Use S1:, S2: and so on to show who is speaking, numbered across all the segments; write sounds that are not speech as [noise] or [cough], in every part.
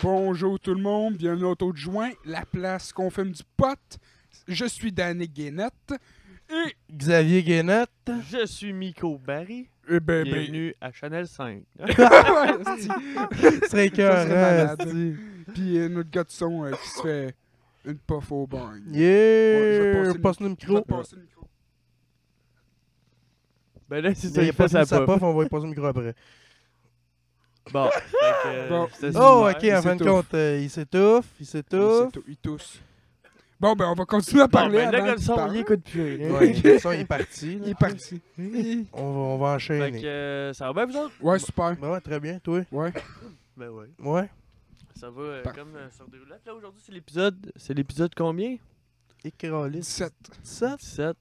S1: bonjour tout le monde, bienvenue au taux de juin, la place qu'on fume du pot. Je suis Danny Guénette. Et,
S2: Xavier
S1: [laughs]
S2: Guénette.
S3: Je suis Miko Barry.
S1: eh ben, ben,
S3: Bienvenue à Chanel
S2: [laughs]
S3: 5.
S1: [laughs] ouais, c'est-
S2: Très
S1: serait
S2: écœurant,
S1: malade.
S2: asti.
S1: Puis euh, notre gars de son euh, qui se fait une puff au bain.
S2: Yeah!
S1: je vais passer le-
S2: passe le
S1: Je vais
S2: micro.
S1: te passer le micro.
S3: ben là, c'est
S2: Il
S3: ça,
S2: a
S3: il fait
S2: pas
S3: sa
S2: sa
S3: pop.
S2: pof, on va y passer le micro après.
S3: Bon. fait
S2: [laughs]
S3: que, euh,
S1: Bon.
S3: c'était ça.
S2: Oh,
S3: Ouais.
S2: ok, en fin de
S1: s'étouffe.
S2: compte, euh, il s'étouffe, il
S1: Il
S2: s'étouffe.
S1: s'étou- Il tousse. Bon, ben, on va continuer à
S3: Bon,
S1: parler.
S3: ben, là,
S1: avant
S3: comme
S1: qu'il
S3: ça, on
S1: parle.
S3: y écoute plus. rien.
S2: Ouais, le son, il est parti. là.
S1: Il est parti.
S2: On va, on va
S3: Fait que
S2: enchaîner.
S3: euh, ça va bien, vous autres?
S1: Ouais, super.
S2: Bah ouais, très bien, toi.
S1: Ouais.
S3: Ben ouais.
S2: Ouais.
S3: Ça va euh,
S1: Par-
S3: comme euh, sur des roulettes. Là, aujourd'hui, c'est l'épisode. C'est l'épisode combien
S2: Écroliste.
S1: 17.
S2: 17.
S3: 17.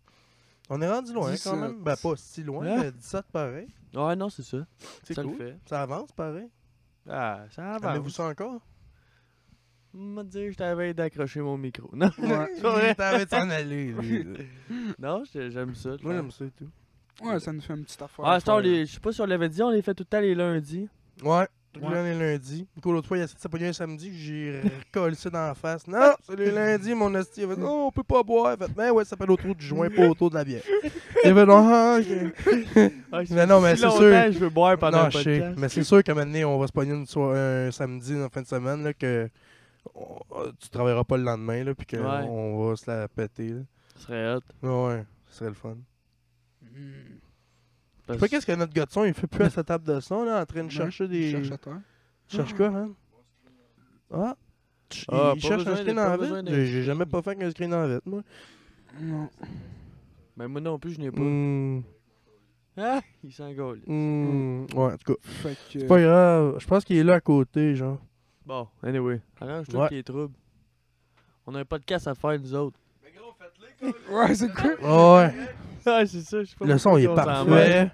S2: On est rendu loin quand même.
S1: 17.
S2: Ben, pas si loin,
S3: Hein?
S2: mais 17 pareil.
S3: Ouais, non, c'est ça.
S2: C'est
S3: ça
S2: cool.
S3: le fait.
S2: Ça avance pareil.
S3: Ah, ça
S2: Avez-vous
S3: avance.
S2: ça encore?
S3: Me dire, je t'avais d'accrocher mon micro. [laughs] Non,
S1: Ouais.
S3: C'est pas vrai.
S2: T'avais de s'en aller, lui, là.
S3: non, je- j'aime ça.
S2: Moi, j'aime ça et tout.
S1: Ouais, ça nous fait une petite affaire.
S3: Ah, c'est on les- je sais pas si on l'avait dit, on les fait tout le temps les lundis.
S2: Ouais. Tout
S1: Ouais.
S2: le lundi lundi. Du coup, l'autre fois, il a sorti sa poignée un samedi,
S3: [laughs]
S2: j'ai recollé ça dans la face. Non,
S3: Ah!
S2: c'est le lundi, mon esti. Il a fait, oh, on peut pas boire. Il a fait, mais ouais, ça s'appelle autour du joint, pas autour de la
S3: [laughs]
S2: bière. Il a fait, ah, ok.
S3: Ah, ça
S2: Mais non, mais
S3: fait
S2: c'est
S3: longtemps
S2: sûr.
S3: que je veux boire pendant
S2: Non,
S3: le
S2: je sais.
S3: podcast.
S2: Mais c'est sûr qu'à un moment donné, on va se pogner une soir- un samedi, en fin de semaine, là, que on- on- tu travailleras pas le lendemain, là, puis qu'on
S3: Ouais.
S2: va se la péter. Là.
S3: Ce serait hot.
S2: Ouais, ce serait le fun.
S1: Hmm.
S2: Je sais pas qu'est-ce que notre gars de son, il fait plus à sa table de son, là, en train de chercher des.
S1: Cherche à terre.
S2: Cherche quoi, man? Ah! Tu-
S3: Ah,
S2: il
S3: pas
S2: cherche
S3: besoin
S2: un
S3: de-
S2: screen
S3: pas
S2: en
S3: besoin
S2: vite?
S3: de-
S2: J'ai j'ai jamais pas fait qu'un screen en vite, moi.
S1: Non.
S3: Mais ben, moi non plus, je n'ai pas.
S2: Hum,
S3: Ah, il s'en gaule.
S2: hum, Ouais, en tout cas.
S1: Fait que.
S3: Euh.
S2: C'est pas grave. Je pense qu'il est là à côté, genre.
S3: Bon, anyway, arrange-toi
S2: Ouais.
S3: qu'il est trouble. On a un podcast à faire, nous autres.
S1: Ouais, c'est quoi?
S2: Ouais.
S3: Ah, c'est ça, je sais pas.
S2: Le son,
S3: pourquoi
S2: il est
S3: on s'en mêle.
S2: parfait.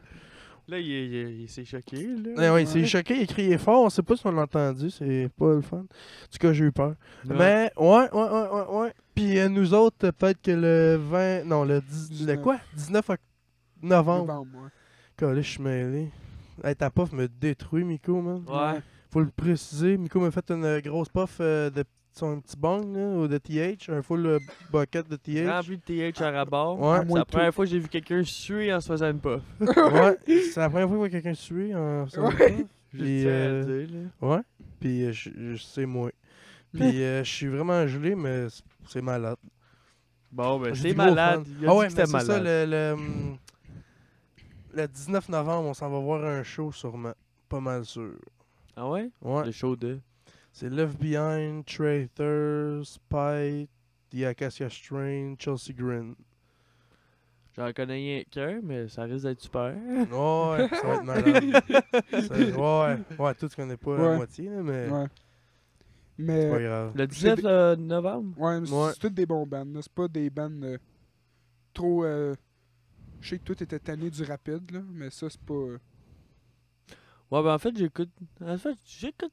S3: Là, il, est- il est- il s'est choqué, là.
S2: Ouais, ouais, il s'est Eh choqué, il criait fort. On sait pas si on l'a entendu. C'est pas le fun. En tout cas, j'ai eu peur.
S3: Ouais.
S2: Mais, ouais, ouais, ouais, ouais, ouais. Puis euh, nous autres, euh, peut-être que le 20. Non, le 10. Le
S1: 19.
S2: quoi? 19 oct- novembre.
S1: Novembre, ouais.
S2: Calais, je suis mêlé. Hey, ta pof me détruit, Miko, man.
S3: Ouais.
S2: Faut le préciser, Miko m'a fait une grosse puff euh, de son petit bang là, ou de TH, un full euh, bucket de TH.
S3: Rempli de TH à rabord.
S2: Ouais.
S3: [laughs] C'est la
S1: Moi,
S3: première fois que j'ai vu quelqu'un suer en se faisant une puff.
S2: ouais, c'est la première fois que je vois quelqu'un suer en faisant
S1: Ouais.
S2: ça.
S3: Je
S2: Puis,
S3: tiens à
S2: euh,
S3: le dire, là.
S2: Ouais. Puis euh, je, je- c'est moi. Puis euh, je suis vraiment gelé, mais c'est- c'est malade.
S3: Bon, ben,
S2: J'ai
S3: c'est
S2: du gros
S3: malade.
S2: fun.
S3: Il a
S2: Ah
S3: dit
S2: ouais,
S3: que
S2: mais
S3: c'était
S2: c'est ça,
S3: malade.
S2: le, le, hum, le 19 novembre, on s'en va voir un show sûrement. Pas mal sûr.
S3: Ah ouais?
S2: Ouais.
S3: Le show de.
S2: C'est Left Behind, Traitor, Spite, The Acacia Strain, Chelsea Green.
S3: J'en connais rien qu'un, mais ça risque d'être super.
S2: Ouais, ça va être malade. Ça- ouais, ouais, tout ce qu'on n'est pas à
S1: Ouais.
S2: moitié, là, mais
S1: Ouais.
S2: c'est
S1: Mais.
S2: pas grave.
S3: Le 19 euh, novembre?
S1: Ouais, mais c'est
S2: Ouais.
S1: c'est toutes des bons bands. là. C'est pas des bands euh, trop. euh, Je sais que toi, t'étais tanné du rapide, là, mais ça, c'est pas. euh,
S3: Ouais, ben, en fait, j'écoute. En fait, j'écoute.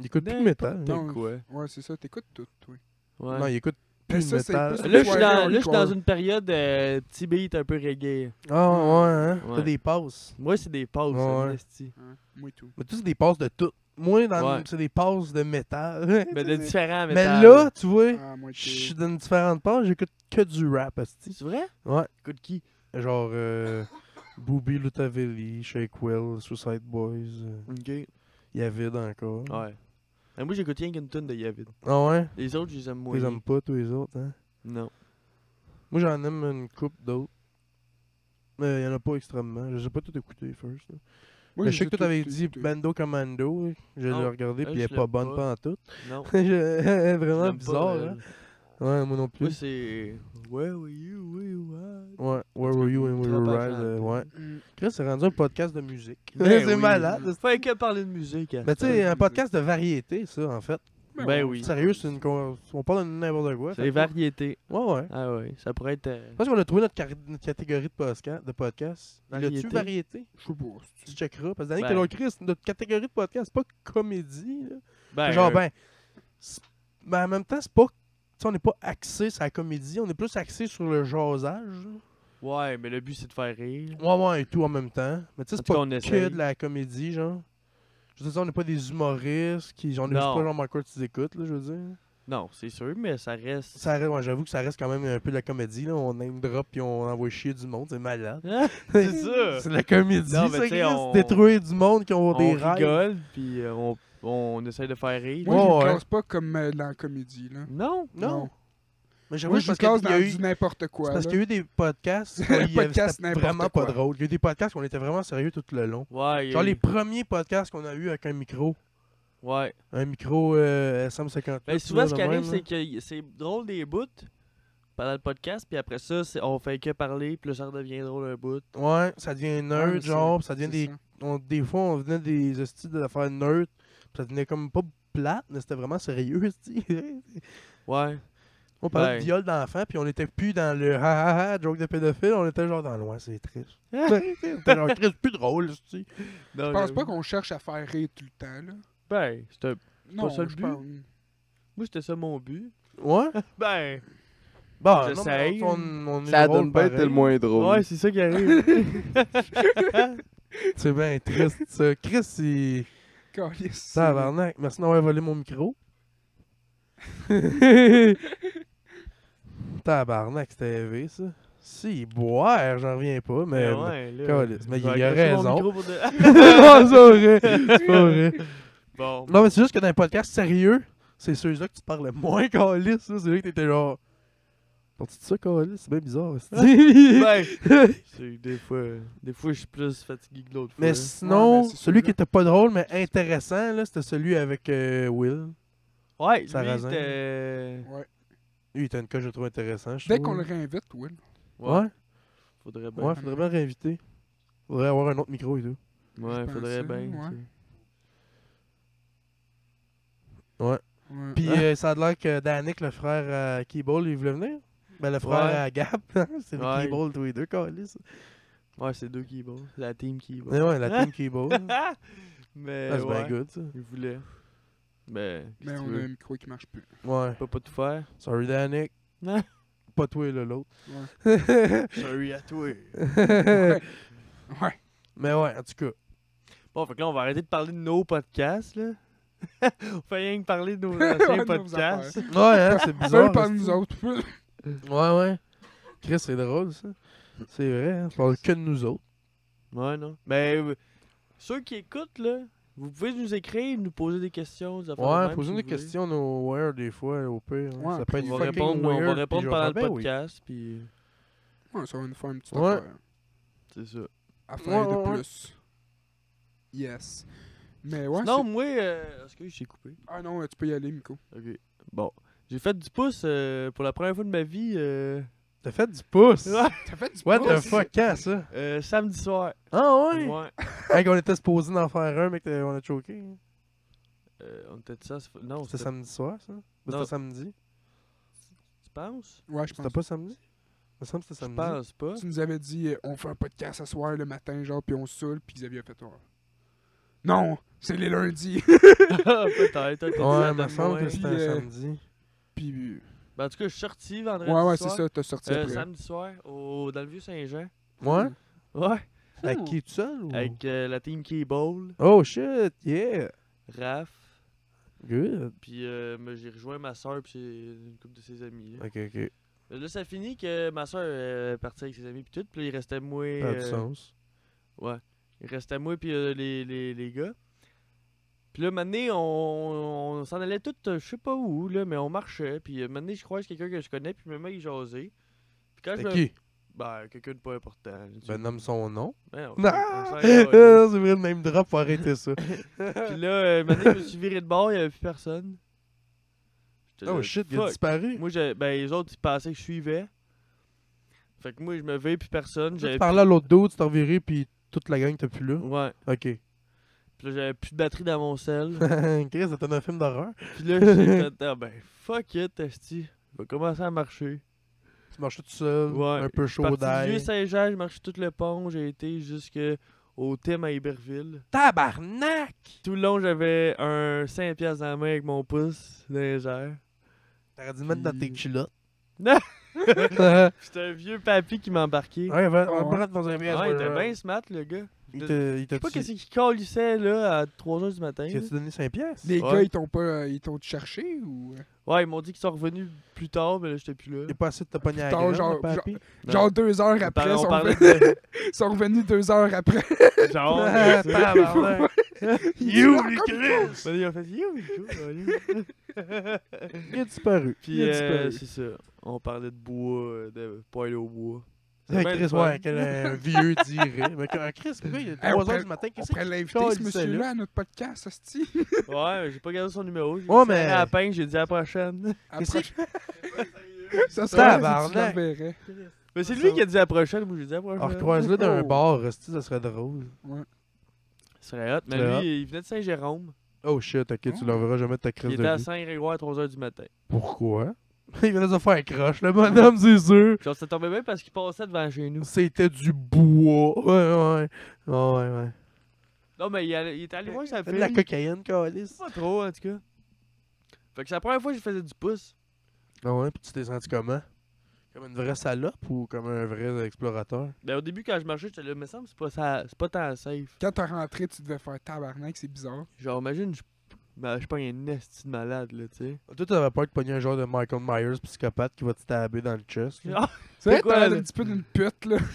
S2: Il écoute plus de
S3: Non,
S2: métal.
S1: non.
S3: de quoi?
S1: Ouais, c'est ça, t'écoutes tout, toi.
S3: Ouais.
S2: Non, il écoute
S1: Mais
S2: plus de
S1: ça, c'est
S2: métal.
S1: plus-
S3: Là, je suis
S1: Ouais,
S3: dans,
S1: on
S3: là, je
S1: est
S3: suis
S1: quoi?
S3: dans une période euh, petit beat un peu reggae.
S2: Ah, ouais, hein? T'as
S3: Ouais.
S2: des passes.
S3: Moi, c'est des pauses,
S2: Ouais,
S3: ça,
S2: ouais.
S3: esti.
S1: Hein? Moi et tout.
S2: Mais tout, c'est des passes de tout. Moi, dans le-
S3: Ouais.
S2: c'est des passes de métal.
S3: Mais de différents
S2: [laughs] Mais
S3: métals.
S2: là, tu vois,
S1: Ah, moi et
S2: je suis
S1: tout.
S2: dans différentes passes, j'écoute que du rap, asti.
S3: C'est vrai?
S2: Ouais.
S3: Écoute qui?
S2: Genre, euh, Booby Lutavelli, Shake Well, Suicide Boys, euh,
S3: Ok. Ouais.
S2: Yavid encore.
S3: Mais moi, j'écoute rien qu'une tonne de Yavid.
S2: Ah ouais?
S3: Les autres, je les aime moins.
S2: Ils aiment pas tous les autres, hein?
S3: Non.
S2: Moi, j'en aime une coupe d'autres. Mais il y en a pas extrêmement. Je sais pas tout écouter first. là.
S1: Moi,
S2: Mais
S1: les
S2: je sais que
S1: ai
S2: toi t'avais
S1: toutes
S2: dit ben,
S1: écoutées.
S2: Bando Commando. là. Je l'ai
S3: Non,
S2: regardé
S3: elle,
S2: puis elle
S3: je
S2: est pas
S3: l'aime
S2: bonne pas en tout. [laughs]
S3: Non. Je
S2: Vraiment
S3: l'aime pas,
S2: bizarre,
S3: elle.
S2: hein? Ouais, moi non
S3: Moi,
S2: plus.
S3: c'est. Where were you? Where you were?
S2: Ouais, Where Were You and Where
S3: Trop
S2: You
S3: pas
S2: Ride, euh,
S3: chanté.
S2: Ouais.
S1: Mm.
S2: Chris, c'est rendu un podcast de musique.
S3: Ben
S2: [laughs] c'est
S3: oui.
S2: malade. là.
S3: Fait que parler de musique. hein.
S2: Mais tu sais,
S1: musique.
S2: un podcast de variété, ça, en fait.
S3: Ben oui.
S2: Sérieux, c'est une. con- On parle de n'importe quoi.
S3: C'est
S2: fait
S3: les
S2: que-
S3: variétés.
S2: Ouais, ouais.
S3: Ah ouais, ça pourrait être. euh,
S2: Je pense qu'on a trouvé notre, cari- notre catégorie de podcast. De podcast.
S3: Variété.
S2: Variété. variété?
S1: Je sais pas.
S2: Tu checkeras. Parce que l'année
S3: Ben.
S2: que l'on crée, c'est notre catégorie de podcast, c'est pas comédie. là.
S3: Ben,
S2: Genre,
S3: euh,
S2: ben, c'est- ben, en même temps, c'est pas. tu sais, on n'est pas axé sur la comédie, on est plus axé sur le jasage. là.
S3: Ouais, mais le but, c'est de faire rire.
S2: Ouais, ouais, et tout en même temps. Mais tu sais,
S3: En
S2: c'est
S3: tout cas,
S2: pas
S3: on
S2: que
S3: essaye.
S2: de la comédie, genre. Je veux dire, on n'est pas des humoristes qui. On est juste
S3: Non.
S2: pas genre Marco, tu écoutes, là, je veux dire.
S3: Non, c'est sûr, mais ça reste.
S2: Ça reste- ouais, J'avoue que ça reste quand même un peu de la comédie, là. On name drop puis on envoie chier du monde, c'est malade.
S3: Ah, [laughs] c'est
S2: [laughs]
S3: ça.
S2: C'est de la comédie,
S3: Non, mais
S2: ça,
S3: tu sais,
S2: Chris.
S3: on-
S2: Détruire du monde qui ont
S3: On
S2: des rêves.
S3: rigole, puis euh, on, on essaie de faire rire.
S1: Moi, je
S2: Ouais,
S1: ne
S2: ouais.
S1: classe pas comme euh, dans la comédie. Là.
S3: Non.
S2: Non. Mais j'avoue
S1: Moi,
S2: que
S1: je
S2: parce
S1: le
S2: qu'il y
S1: classe dans
S2: a eu-
S1: du n'importe
S2: c'est
S1: quoi.
S2: parce
S1: là.
S2: qu'il y a eu des
S1: [laughs]
S2: podcasts où il y avait-
S1: Podcast
S2: c'était
S1: n'importe
S2: vraiment
S1: quoi.
S2: pas drôle. Il y a eu des podcasts où on était vraiment sérieux tout le long.
S3: Ouais.
S2: Genre
S3: il-
S2: les premiers podcasts qu'on a eu avec un micro.
S3: Ouais.
S2: Un micro euh, SM58.
S3: Ben, souvent,
S2: là,
S3: ce
S2: de
S3: qui
S2: même,
S3: arrive,
S2: là.
S3: c'est que y- c'est drôle des bouts pendant le podcast, puis après ça, c'est- on fait que parler, puis là, ça redevient drôle un bout.
S2: Ouais, ça devient
S1: Ouais,
S2: nerd,
S1: mais c'est-
S2: genre, pis ça devient
S1: C'est
S2: des.
S1: ça.
S2: on- des fois, on venait des hosties de l'affaire nerd, pis ça devenait comme pas plate, mais c'était vraiment sérieux, [laughs] hostie.
S3: Ouais.
S2: On parlait
S3: Ouais.
S2: de viol d'enfants, puis on était plus dans le ha ha ha joke de pédophile, on était genre dans loin, c'est
S3: [laughs]
S2: triste. [laughs] on était genre triste, plus drôle, hostie.
S1: Je pense pas qu'on cherche à faire rire tout le temps. Là.
S3: Ben, c'était-
S1: Non,
S3: ça le
S1: je
S3: but?
S1: pense.
S3: moi, c'était ça mon but.
S2: Ouais?
S3: Ben,
S2: Bah, non,
S3: J'essaye.
S2: mais on, on- on est
S4: Ça
S2: drôle
S4: donne pas
S2: pareil.
S4: être le moins drôle.
S3: ouais, c'est ça qui arrive.
S2: [laughs] C'est bien triste, ça. Chris, il.
S1: Calisse.
S2: Tabarnak, merci d'avoir volé mon micro. Tabarnak, c'était élevé, ça. Si, boire, j'en reviens pas, mais.
S3: Ben ouais, là.
S2: Calisse, mais
S3: Je
S2: il
S3: vais
S2: y a
S3: accrocher mon
S2: raison.
S3: micro pour de-
S2: [laughs] non, [laughs] c'est pas vrai. C'est pas vrai.
S3: bon.
S2: Non, mais c'est juste que dans un podcast sérieux, c'est ceux-là que tu parles le moins, Calis. C'est là que t'étais genre. Parti de ça, Calis, c'est bien bizarre. c'est-
S3: Ben, c'est des fois, des fois, je suis plus fatigué que d'autres fois.
S2: mais sinon,
S1: mais c'est
S2: celui
S1: celui-là.
S2: qui était pas drôle, mais intéressant, là, c'était celui avec euh, Will.
S3: Ouais, lui,
S2: ça raisin.
S3: c'était...
S1: Ouais.
S2: Lui, il était une coche, je le trouve intéressant. je
S1: Dès
S2: trouve.
S1: qu'on le réinvite, Will.
S2: Ouais.
S3: Faudrait bien.
S2: Ouais, faudrait bien réinviter. Faudrait avoir un autre micro et tout.
S3: Ouais,
S1: Je
S3: faudrait
S1: pensais,
S3: bien.
S1: ouais.
S3: tu sais.
S1: Ouais.
S2: Puis euh, ça a l'air que Danick, le frère à Keyball, il voulait venir. Ben, le frère
S3: Ouais.
S2: à [laughs] Gap, c'est le
S3: Ouais.
S2: Keyball tous les deux, câlisse.
S3: Ouais, c'est deux qui vont. La team qui va.
S2: Mais ouais, la team [laughs] Keyball. là.
S3: [laughs] Mais
S2: Ah, c'est bien
S3: ouais,
S2: good, ça.
S3: il voulait. Ben, qu'est-ce
S1: Mais
S3: que tu
S1: on a
S3: veux?
S1: un micro qui marche plus.
S2: Ouais.
S3: Je peux pas tout faire.
S1: [laughs]
S2: Sorry, Danick.
S3: Non.
S2: Pas toi, là, l'autre.
S1: Ouais.
S3: Sorry
S2: [laughs]
S3: à toi.
S1: Ouais. Ouais.
S2: Mais ouais, en tout cas.
S3: Bon, fait que là, on va arrêter de parler de nos podcasts, là. [laughs] on fait rien que
S1: [laughs]
S3: parler de nos anciens
S1: nos
S3: podcasts.
S2: [laughs] Ouais, hein, c'est
S1: Seul
S2: bizarre.
S1: par
S2: ça.
S1: nous autres.
S2: Ouais, ouais. Chris, c'est drôle, ça. C'est vrai, hein. Je parle que de nous autres.
S3: Ouais, non. Mais euh, ceux qui écoutent, là, vous pouvez nous écrire, nous poser des questions. Des affaires de
S2: Ouais,
S3: même,
S2: posez
S3: si
S2: des
S3: vous voulez.
S2: questions nos weird des fois, au pire. hein.
S1: Ouais,
S2: ça
S1: puis
S2: peut être
S1: on
S3: On va
S2: fucking
S3: répondre, on va
S2: weird,
S3: répondre
S2: puis je vais
S3: pendant
S2: faire,
S3: le
S2: ben oui.
S3: podcast, puis
S1: Ouais, ça va nous faire une petite
S2: Ouais.
S1: affaire.
S3: c'est ça.
S1: Affaire
S2: Ouais, ouais,
S1: de
S2: ouais.
S1: plus. Yes. Mais ouais.
S3: non,
S1: c'est-
S3: moi, euh, est-ce que je t'ai coupé?
S1: Ah non, tu peux y aller, Miko.
S3: Ok. Bon. J'ai fait du pouce euh, pour la première fois de ma vie euh,
S2: T'as fait du pouce.
S1: T'as fait du hein?
S2: What the
S1: pouce?
S2: fuck, quand ça?
S3: euh, samedi soir.
S2: Ah ouais?
S3: Ouais.
S2: Hey, qu'on était supposé d'en faire un, mais qu'on a choqué. hein.
S3: Euh, on était de ça. c'est- Non,
S2: C'était
S3: c'était
S2: samedi soir, ça? Ou
S3: Non.
S2: C'était samedi?
S3: Tu penses?
S1: Ouais, je
S2: C'était
S1: pense.
S2: pas samedi? Il me semble que c'était
S3: Je
S2: samedi. [laughs]
S3: pense pas. [laughs]
S1: Tu nous avais dit, euh, on fait un podcast ce soir le matin, genre, puis on se saoule, puis Xavier a fait toi. Non, c'est les lundis. [laughs]
S3: Ah, Peut-être. t'as dit
S2: Ouais,
S3: ça
S2: il me
S3: de
S2: semble que
S3: moins.
S1: c'est-
S2: c'était un
S1: Puis, euh,
S2: samedi.
S1: puis. euh,
S3: Ben, en tout cas, je suis sorti vendredi
S1: Ouais, ouais, c'est
S3: soir.
S1: ça, t'as sorti
S3: Euh,
S1: après.
S3: samedi soir, au, dans le Vieux-Saint-Jean.
S2: Ouais?
S3: Ouais.
S2: Avec qui tout seul ou?
S3: Avec euh, la team K-Ball,
S2: Oh shit, yeah!
S3: Raph,
S2: Good.
S3: puis euh, moi, j'ai rejoint ma soeur puis ses- une couple de ses amis. Là.
S2: Ok, ok.
S3: Là, ça finit que ma soeur est partie avec ses amis puis tout, puis là, il restait moi...
S2: Ça
S1: Ah,
S2: a du
S3: euh,
S2: sens.
S3: Ouais. Il restait moi puis euh, les, les, les gars. Puis là, maintenant, on, on s'en allait tout, euh, je sais pas où, là, mais on marchait. Puis euh, maintenant, je croise quelqu'un que je connais, puis même il jasait. Puis quand je
S2: C'était
S3: me-
S2: qui?
S3: Ben, quelqu'un de pas important. là, tu-
S2: Ben nomme son nom.
S3: Ben, on-
S2: Non!
S3: on s'en
S2: [laughs] C'est
S3: allait, ouais.
S2: vrai, le même drop, faut arrêter
S3: [laughs]
S2: ça.
S3: Puis là, euh, maintenant, je me suis viré de bord, il y avait plus personne. J'étais
S2: Oh
S3: là,
S2: shit, il a
S3: fuck.
S2: disparu.
S3: Moi, j'ai- ben, les autres, ils pensaient que je suivais. Fait que moi, je me vais, puis personne.
S2: Tu
S3: J'avais
S2: parlais à l'autre dude, tu t'en viré, puis toute la gang t'es plus là.
S3: plus- Ouais.
S2: Ok. [laughs]
S3: Puis là, j'avais plus de batterie dans mon sel.
S2: Chris, c'était un film d'horreur.
S3: Puis là, j'ai fait, ah ben, fuck it, esti. Je vais commencer à marcher.
S2: Tu marchais tout seul,
S3: Ouais.
S2: un peu
S3: Je suis
S2: chaud
S3: parti du
S2: d'air.
S3: Vieux-Saint-Jean, j'ai marché tout le pont, j'ai été jusqu'au Thème à Iberville.
S2: Tabarnak!
S3: Tout le long, j'avais un 5$ piastres dans la main avec mon pouce dans les airs.
S2: T'aurais dû le mettre
S3: Mm.
S2: dans tes culottes.
S3: Non.
S2: [laughs] ouais,
S3: C'était un vieux papy qui m'embarquait.
S2: va, on
S1: Ouais.
S2: va rentrer dans un
S3: Ouais,
S2: vieux.
S3: il était bien smart, le gars.
S2: Il
S3: Je-
S2: te- il
S3: Je
S2: t'a
S3: sais pas qu'est-ce qu'il calissait là à 3h du matin. là.
S2: tu donné 5 pièces?
S1: Les
S3: Ouais.
S1: gars, ils t'ont pas. euh, Ils t'ont cherché ou. euh,
S3: Ouais, ils m'ont dit qu'ils sont revenus plus tard, mais là j'étais plus là.
S2: T'es pas assez de te pogner à la
S1: Putain,
S2: graine,
S1: genre-
S2: le papy? [laughs]
S3: Non.
S1: Genre deux heures
S3: on,
S1: après,
S3: parlait-
S1: ils
S3: on
S1: sont,
S3: parlait
S1: revenus,
S3: de.
S1: ils sont revenus deux heures après.
S3: Genre.
S2: Ah,
S3: c'est-
S2: tabarnak.
S1: Ils
S2: You,
S1: disent, Ah,
S2: les
S1: comme
S2: Chris!
S3: Ben, ils ont fait You, you, you.
S2: Il a disparu.
S3: Puis
S1: Il a
S3: euh,
S1: disparu.
S3: c'est ça. On parlait de bois, euh, de poêle au bois. C'est
S2: Ouais,
S3: bien le
S2: Chris,
S3: fun.
S2: ouais, quel euh, vieux dirait. Mais quand- Chris, pourquoi il est
S3: Eh,
S1: Hey, on
S2: 3h
S1: prend-
S2: du matin?
S1: On
S2: Qu'est-ce
S1: pourrait
S2: que
S1: l'inviter,
S2: calissait,
S1: ce monsieur-là, à notre podcast, hostie.
S3: Ouais, mais j'ai pas gardé son numéro. J'ai
S2: Ouais,
S3: dit
S2: mais-
S3: à la pince, j'ai dit à la prochaine.
S1: À
S2: Qu'est-ce
S1: prochain- [laughs] Ça serait bien si tu
S2: Tabarnak.
S1: l'enverrais.
S3: [laughs] Mais c'est lui qui a dit à la prochaine, moi j'ai dit à la prochaine.
S2: On recroise-le dans un
S1: Oh.
S2: bar, hostie, ça serait drôle.
S3: Ce serait hot, mais
S2: Très hot.
S3: lui, il venait de Saint-Jérôme.
S2: Oh shit, ok, tu
S1: Oh.
S2: l'enverras jamais de ta crise
S3: Mm. Il
S2: de
S3: était à
S2: vie.
S3: Saint-Grégoire à 3h du matin.
S2: Pourquoi? [laughs] Il venait de se faire croche, le bonhomme, c'est sûr.
S3: Genre, ça tombait bien parce qu'il passait devant chez nous.
S2: C'était du bois. Ouais, ouais. Ouais, ouais, ouais.
S3: Non, mais il, allait- il était allé voir sa
S2: C'était
S3: fille.
S2: de la cocaïne, Calis.
S3: Pas trop, en tout cas. Fait que c'est la première fois que je faisais du pouce.
S2: Ah ouais, puis tu t'es senti comment? Comme une vraie salope ou comme un vrai explorateur?
S3: Ben, au début, quand je marchais, j'étais là, mais ça me semble que c'est pas, ça, c'est pas tant safe.
S1: Quand t'es rentré, tu devais faire tabarnak, c'est bizarre.
S3: Genre, imagine, je, ben, je prends un esti de malade, là, tu sais.
S2: Toi, t'avais peur de pogner un genre de Michael Myers psychopathe qui va te stabber dans le
S3: [laughs]
S2: chest. là.
S3: Ah,
S1: C'est vrai
S3: C'est
S1: que
S3: quoi,
S1: t'as l'air
S3: là?
S1: un petit peu d'une pute, là.
S3: [laughs]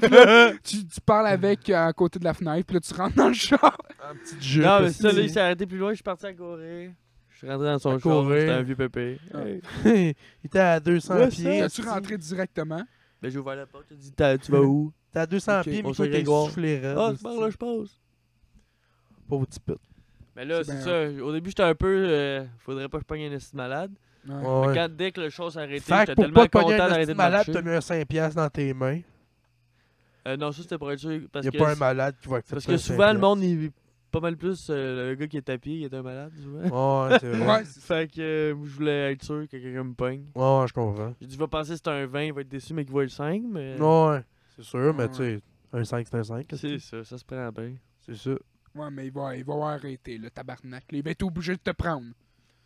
S1: Puis là, tu, tu parles avec euh, à côté de la fenêtre, puis là, tu rentres dans le char.
S2: Un petit jeu.
S3: Ah. non, mais ça, là, il s'est arrêté plus loin, je suis parti à courir. Je suis rentré dans son
S2: À
S3: char,
S2: courir.
S3: c'était un vieux pépé.
S1: Ah.
S3: Hey.
S2: [laughs] il était à 200
S3: Ouais, ça.
S2: pieds.
S1: T'as-tu rentré directement?
S3: Ben, j'ai ouvert la porte, j'ai dit, T'as- tu vas où?
S2: T'es à 200
S1: Ok,
S2: pieds,
S3: on
S2: mais
S3: se
S2: toi, t'es
S3: regarde.
S2: soufflé raide.
S3: Ah, c'est par là, je passe.
S2: Pauvre petit pute.
S3: Mais là,
S1: C'est
S3: c'est
S1: bien
S3: ça. Au début, j'étais un peu. euh, faudrait pas que je pogne un esti de malade.
S1: Ouais.
S2: Ouais, ouais.
S3: Quand dès que le show s'est arrêté,
S2: Fait que
S3: j'étais
S2: pour
S3: tellement
S2: pas
S3: content
S2: pogner un
S3: d'arrêter
S2: esti
S3: de
S2: malade,
S3: marcher.
S2: t'as mis un 5 piastres dans tes mains.
S3: Euh, non, ça c'était pour être sûr. Parce
S2: Y'a
S3: que,
S2: pas un malade qui va accepter
S3: parce
S2: un
S3: que
S2: cinq
S3: souvent, le monde, il est pas mal plus. euh, le gars qui est tapé, il est un malade, souvent.
S2: piastres. Ouais, c'est vrai.
S1: Ouais, c'est-
S3: [laughs] fait que euh, je voulais être sûr que quelqu'un me pogne.
S2: Ouais, ouais, je comprends.
S3: J'ai dit, je vais penser que c'est un 20, il va être déçu, mais qu'il voit le 5. Mais
S2: Ouais, c'est sûr, mais
S1: ouais.
S2: tu sais, un 5, c'est un 5.
S3: c'est ça, ça se prend bien.
S2: C'est ça.
S1: ouais, mais il va, il va avoir arrêté, le tabarnak. là. Il va être obligé de te prendre.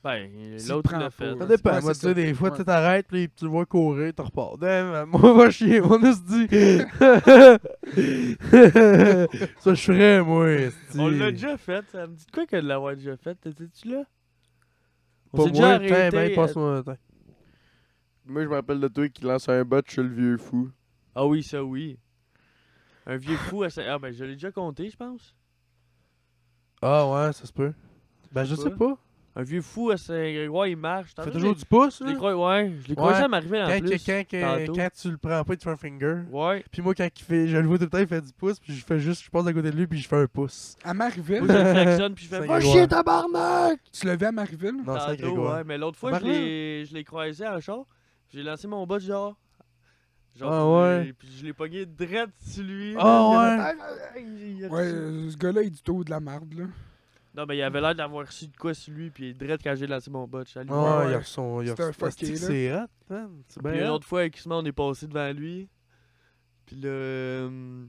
S3: Ben,
S1: S'il
S3: l'autre, il
S1: prend pas,
S3: l'a fait.
S1: là.
S2: Ça
S1: Ouais,
S2: dépend.
S1: c'est
S2: moi, tu
S1: ça.
S2: sais, des fois, tu
S1: Ouais.
S2: t'arrêtes, puis tu le vois courir, tu repars. Damn, moi, va chier, mon esti.
S3: [laughs]
S2: ça, je ferais, moi, esti.
S3: On l'a déjà fait. Ça me dit de quoi que de l'avoir déjà fait? T'étais-tu là?
S2: Pas
S3: s'est
S2: moi,
S3: déjà
S2: tiens, ben,
S3: arrêté, euh,
S2: passe-moi. tiens.
S4: Moi, je me rappelle de toi qui lance un bot chez le vieux fou.
S3: Ah oui, ça oui. Un vieux fou à Saint- Ah ben je l'ai déjà compté, je pense.
S2: Ah, ouais, ça se peut. Ben, je
S3: sais
S2: sais pas.
S3: Un vieux fou à Saint-Grégoire, il marche. T'en
S2: Fais
S3: as
S2: toujours
S3: des-
S2: du pouce,
S3: Je l'ai
S2: là.
S3: croisé, ouais, je l'ai croisé
S2: Ouais.
S3: à m'arriver en
S2: Quand,
S3: plus.
S2: quand, quand,
S3: tantôt.
S2: quand tu le prends pas, tu fais un finger.
S3: Ouais.
S2: Puis moi, quand il fait, je le vois tout le temps, il fait du pouce, puis je fais juste, je passe à côté de lui, puis je fais un pouce.
S1: À
S3: Moi,
S1: Marieville,
S3: je le klaxonne puis je fais
S2: Saint-
S3: Va
S2: Ouais.
S3: chier tabarnak!
S1: tu le levais à Marieville?
S2: Non, c'est
S3: Tantôt,
S2: Grégoire.
S3: ouais, mais l'autre fois je
S2: Tabarnak.
S3: l'ai je l'ai croisé en char. J'ai lancé mon bot genre. Genre
S2: Ah
S3: puis- puis je l'ai pogné direct sur lui.
S2: Ah
S3: ouais.
S1: Ouais, euh, ce gars-là, il est du tout de la marde, là.
S3: Non mais il avait l'air d'avoir reçu de quoi sur lui puis direct quand j'ai lancé mon bot, j'allais
S2: Ouais, Ben,
S3: voir.
S1: ouais.
S2: il a son. Il a
S1: C'était un
S2: reçu-
S1: fucké,
S2: Asti que
S1: là.
S2: C'est hot, man. C'est
S3: Puis
S2: bien.
S3: une
S2: hot.
S3: autre fois, avec Kismet, on est passé devant lui. Puis là, euh,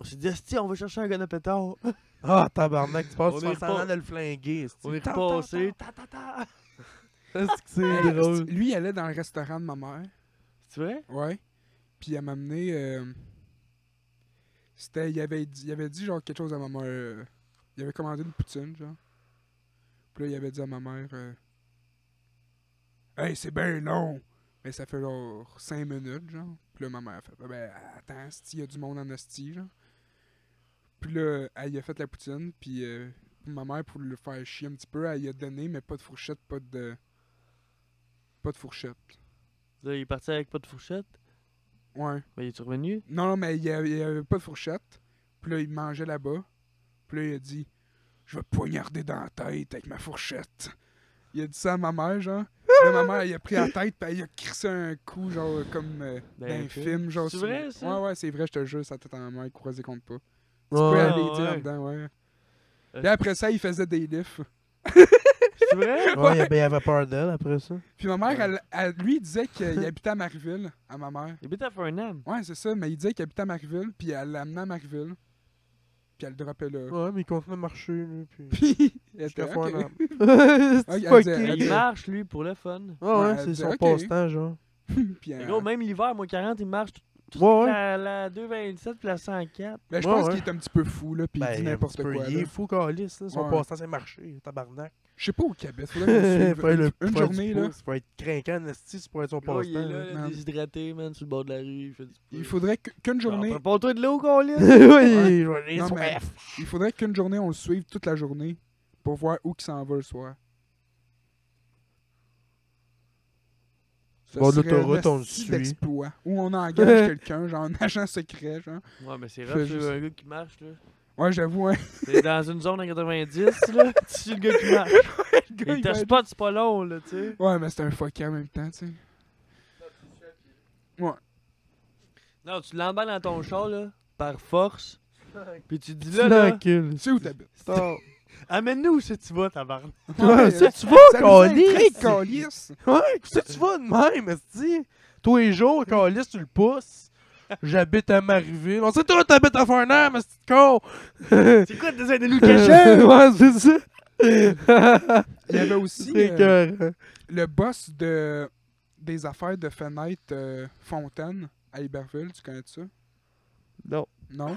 S3: on s'est dit, Asti, on va chercher un gun à pétard.
S2: Ah, tabarnak, tu passes,
S3: On
S2: tu
S3: est
S2: fais semblant
S3: repas-
S2: de le flinguer.
S3: On est repassé. Ta, ta, [laughs] ta.
S2: Est-ce que
S1: Hey,
S2: c'est drôle?
S1: Lui, il allait dans le restaurant de ma mère.
S3: C'est vrai?
S1: Ouais. Puis elle m'a amené. euh, C'était. Il avait, dit, il avait dit genre quelque chose à ma mère. euh, Il avait commandé une poutine, genre. Puis là, il avait dit à ma mère. euh, Hey, c'est bien long! Mais ça fait genre 5 minutes, genre. Puis là, ma mère a fait. Ah Ben, attends, il y a du monde en hostie, genre. Puis là, elle y a fait la poutine, puis euh, ma mère, pour le faire chier un petit peu, elle y a donné, mais pas de fourchette, pas de. Pas de fourchette.
S3: Là, il est parti avec pas de fourchette.
S1: Ouais.
S3: Mais il est revenu.
S1: Non, non, mais il n'y avait, il y avait pas de fourchette. Puis là, il mangeait là-bas. Puis là, il a dit Je vais te poignarder dans la tête avec ma fourchette. Il a dit ça à ma mère, genre. Là, ma mère, elle a pris la tête, puis elle a crissé un coup, genre, comme euh, dans
S3: Dans Ben, un
S1: un
S3: film.
S1: film, genre.
S3: C'est
S1: sur-
S3: vrai, ça?
S1: Ouais, ouais, c'est vrai, je te jure, ça tête à ma mère, croisé contre pas. Tu peux
S2: Ouais,
S3: Ah,
S1: aller dire
S3: ouais.
S1: dedans, ouais.
S3: Euh,
S1: Puis après ça, il faisait des lifts.
S3: C'est vrai? [laughs]
S2: ouais, ben, il avait peur d'elle après ça.
S1: Puis ma mère,
S3: Ouais.
S1: elle- elle- lui, il disait qu'il habitait à Marieville, à ma mère.
S3: Il habite à Fernand.
S1: Ouais, c'est ça, mais il disait qu'il habitait à Marieville, puis elle l'amenait à Marieville. Puis elle le droppait là.
S2: Ouais, mais il continue de marcher, lui. [laughs] Puis... Ah,
S1: Puis elle était
S2: Jusqu'à faire
S1: Ok.
S2: un arbre. C'est
S1: elle
S2: fucké.
S1: disait-
S3: Mais
S1: elle
S3: Il
S1: disait-
S3: marche, lui, pour le fun.
S2: Ouais,
S1: Ouais,
S2: ouais,
S1: elle
S2: c'est
S1: disait,
S2: son
S1: ok.
S2: passe-temps, genre.
S1: Puis,
S3: Mais
S1: euh,
S3: gros, même l'hiver, moins 40, il marche tout- toute
S2: Ouais, ouais.
S3: la, la 227 puis la 104.
S1: Ben, je
S2: Ouais,
S1: pense
S2: ouais.
S1: qu'il est un petit peu fou, là, pis
S2: Ben,
S1: il dit
S2: un
S1: n'importe
S2: petit peu,
S1: quoi.
S2: Il est
S1: là.
S2: fou, Calis. là. Son
S1: Ouais.
S2: passant, c'est marché, tabarnak.
S1: Je sais pas au Québec,
S2: [laughs]
S1: faudrait qu'on
S2: Faut
S1: suive
S2: faire
S1: une,
S2: le-
S1: une
S2: faut faire du
S1: journée, là.
S2: pouce, Faut être craquant, Nasty, c'est pour être son
S3: Là, il est
S2: passe-temps.
S3: là,
S2: là.
S3: là,
S1: man.
S3: déshydraté, man, sur le bord de la rue. Il fait du-
S1: Il faudrait que- qu'une
S3: Ah,
S1: journée,
S3: Prends-toi de l'eau, Calis!
S2: [laughs] Oui, je vais
S1: Non,
S2: aller sur
S1: mais-
S2: F.
S1: il faudrait qu'une journée on le suive toute la journée pour voir où qu'il s'en va le soir. Ce
S2: Bord de
S1: serait un
S2: l'autoroute, on le
S1: esti
S2: suit.
S1: d'exploit, Où on
S2: [laughs]
S1: engage quelqu'un, genre un agent secret, genre.
S3: Ouais, mais c'est
S1: Je
S3: rough,
S1: fais
S3: là, un gars qui marche, là.
S1: Ouais, j'avoue, hein.
S3: T'es dans une zone à 90,
S1: [laughs]
S3: là. Tu suis le gars qui marche.
S1: le gars,
S3: Il
S1: il
S3: te
S1: va être-
S3: spot, c'est pas long, là, tu sais.
S1: Ouais, mais c'est un fucké en même temps, tu sais.
S3: Non, tu l'emballes dans ton char, là, par force. Puis tu dis là,
S2: Tu
S3: là.
S2: l'encules.
S1: Tu sais où
S2: [laughs]
S1: t'habites.
S2: Sors.
S3: [laughs] Amène-nous où c'est que tu vas, tabarnak.
S2: Ouais,
S1: euh,
S2: ça, tu vas,
S1: ça nous
S2: Calis.
S1: intrigue, câlisse.
S2: Ouais, ça, tu vas de même, Nasty. Tous les jours, Calis, tu le pousses. J'habite à Marieville. On sait, toi, t'habites à Farnham, mais c'est
S1: [laughs]
S2: con.
S3: C'est quoi, t'essaies de
S2: [laughs]
S3: nous
S2: Ouais, c'est ça.
S1: Il y avait aussi
S2: C'est
S1: euh,
S2: écœurant.
S1: le boss de des affaires de fenêtre euh, Fontaine à Iberville, tu connais ça?
S4: Non.
S1: Non?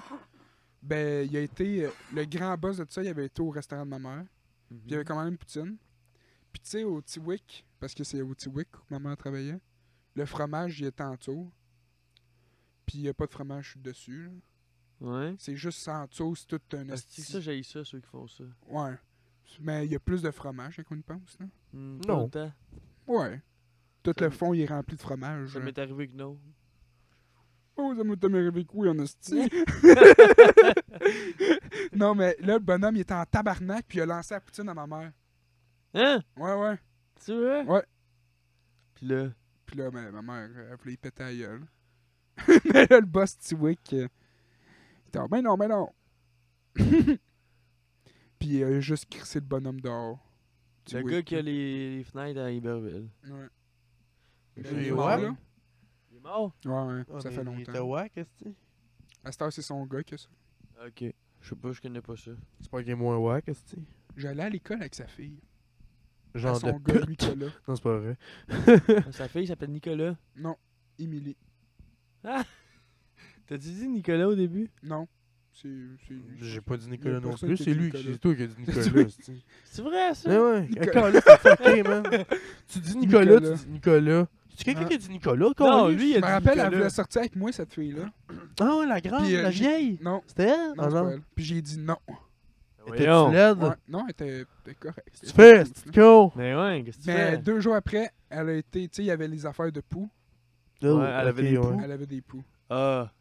S1: Ben, il a été. euh, Le grand boss de ça, il avait été au restaurant de ma mère. Puis il [laughs]
S3: Mm.
S1: avait commandé une poutine. Puis tu sais, au Tiwick, parce que c'est au Tiwick où ma mère travaillait, le fromage, il est en dessous. Puis il n'y a pas de fromage dessus. là.
S3: Ouais.
S1: C'est juste sans sauce, tout un
S3: Ah, C'est
S1: esti-
S3: ça, j'ai ça, ceux qui font ça.
S1: Ouais. Mais il y a plus de fromage hein, qu'on y pense, non?
S3: Hmm,
S2: Non.
S3: pas autant.
S1: Ouais. Tout
S3: Ça
S1: le
S3: m'est-
S1: fond, il est rempli de fromage.
S3: Ça
S1: hein.
S3: m'est arrivé
S1: [laughs]
S3: que non.
S1: Oh, ça m'a arrivé couille en esti. [laughs] non, mais là, le bonhomme, il était en tabarnak, puis il a lancé la poutine à ma mère.
S3: Hein?
S1: Ouais, ouais.
S3: Tu veux?
S1: Ouais.
S3: Puis là,
S1: Puis là, ben, ma mère, elle voulait y péter la gueule. [laughs] mais là, le boss Tiwick, euh, il était, mais non, mais non. [laughs] puis il a juste crissé le bonhomme dehors.
S3: le
S1: Tiwick,
S3: gars qui a les, les fenêtres à Iberville.
S1: Ouais.
S2: J'ai
S1: Il est
S2: eu
S1: mort,
S2: ouais.
S1: là.
S3: Il est mort?
S1: Ouais, ouais,
S2: hein? Ah,
S1: ça
S2: mais
S1: fait
S2: Il était
S1: longtemps.
S2: wack, Nasty.
S1: À cette heure, c'est son gars que ça.
S3: Ok. Je sais pas, je connais
S1: [laughs]
S3: pas ça.
S2: C'est pas qu'il est moins wack, Nasty.
S1: J'allais à l'école avec sa fille. À
S2: Genre de
S1: son gars, lui,
S2: pute.
S1: que là.
S2: Non, c'est pas vrai.
S3: Sa fille s'appelle Nicolas.
S1: Non, Émilie.
S3: T'as-tu dit Nicolas au début?
S1: Non. C'est. c'est lui.
S2: J'ai pas dit Nicolas
S1: Il y a
S2: non
S1: personne
S2: plus,
S1: qui a
S2: c'est
S1: dit
S2: lui,
S1: Nicolas.
S2: qui- c'est toi
S1: [laughs]
S2: qui as dit
S1: C'est
S2: Nicolas.
S1: toi
S2: c'est-tu.
S3: C'est vrai, ça?
S2: Eh ouais,
S1: Nicolas.
S2: [laughs] Nicolas, c'est fucké, man. [laughs] Tu dis Nicolas,
S1: Nicolas.
S2: tu dis Nicolas. C'est quelqu'un
S1: Ah.
S2: qui a dit Nicolas,
S3: Non,
S2: Calis?
S3: lui, il
S1: Je
S3: a
S1: me
S3: dit
S1: rappelle, elle
S3: Nicolas.
S1: voulait sortir avec moi, cette fille-là.
S2: Ah, ouais, la grande,
S1: Puis, euh,
S2: la
S1: j'ai-
S2: vieille.
S1: Non.
S2: C'était elle?
S1: Non,
S2: ah,
S1: c'est
S2: non.
S1: pas elle. Puis j'ai dit non.
S2: T'es-tu
S3: Voyons.
S2: laide?
S1: Ouais, non, elle était, était correcte.
S2: Tu fais, c'est Oh, con.
S3: Mais ouais, qu'est-ce que tu
S1: Mais
S3: fais?
S1: deux jours après, elle a été. Tu sais, il y avait les affaires de poux.
S3: Ouais, elle avait des
S1: Elle avait des poux.
S3: Ah.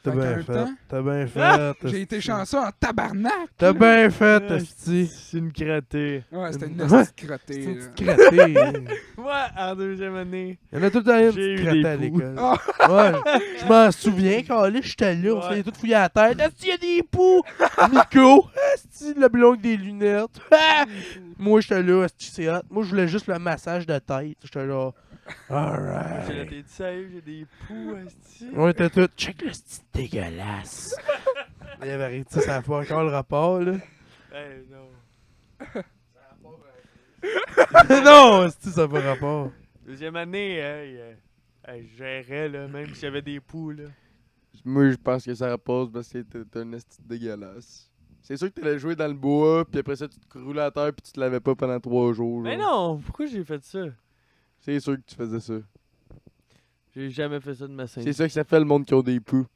S2: T'as
S1: Fait qu'en
S2: bien
S1: même
S2: fait.
S1: temps,
S2: T'as bien
S3: Ah!
S1: [laughs]
S2: fait.
S1: J'ai été
S2: esti.
S1: chanceux en tabarnak.
S2: T'as bien fait,
S3: Ah,
S2: Asti.
S3: C'est une cratée.
S1: Ouais, c'était une
S2: Ouais.
S1: petite
S2: C'est
S1: crottée.
S2: une
S1: là.
S2: petite
S1: [laughs]
S2: cratée. hein.
S3: Ouais, en deuxième année.
S2: Il y en a tout le temps une
S3: J'ai eu
S2: petite
S3: des
S2: cratée à
S3: poux.
S2: l'école.
S1: Ah!
S2: Ouais, je- je m'en souviens, Calis, j'étais là, on se
S3: Ouais.
S2: faisait tout fouiller à la tête. Asti, il y a des poux! Nico! Asti, le blond avec des lunettes. [laughs] Ah! Moi, j'étais là, asti, c'est hot. Moi, je voulais juste le massage de tête. J'étais là,
S3: J'ai
S2: alright.
S3: été dit sérieux, j'ai des poux, esti.
S2: On était tous, check le style dégueulasse. Il y avait rien, tu sais, ça n'a pas encore le rapport, là. [laughs]
S3: Eh non.
S2: non, asti, ça n'a pas rapport.
S3: Deuxième année, hey, euh, hey, je gérais, là, même si j'avais des poux, là.
S4: Moi, je pense que ça repose parce que t'es t'es un esti dégueulasse. C'est sûr que t'allais jouer dans le bois, puis après ça, tu te roulais à terre, puis tu te lavais pas pendant trois jours.
S3: Mais
S4: genre.
S3: non, pourquoi j'ai fait ça?
S4: C'est sûr que tu faisais ça.
S3: J'ai jamais fait ça de ma scène.
S4: C'est ça que ça fait le monde qui a des poux.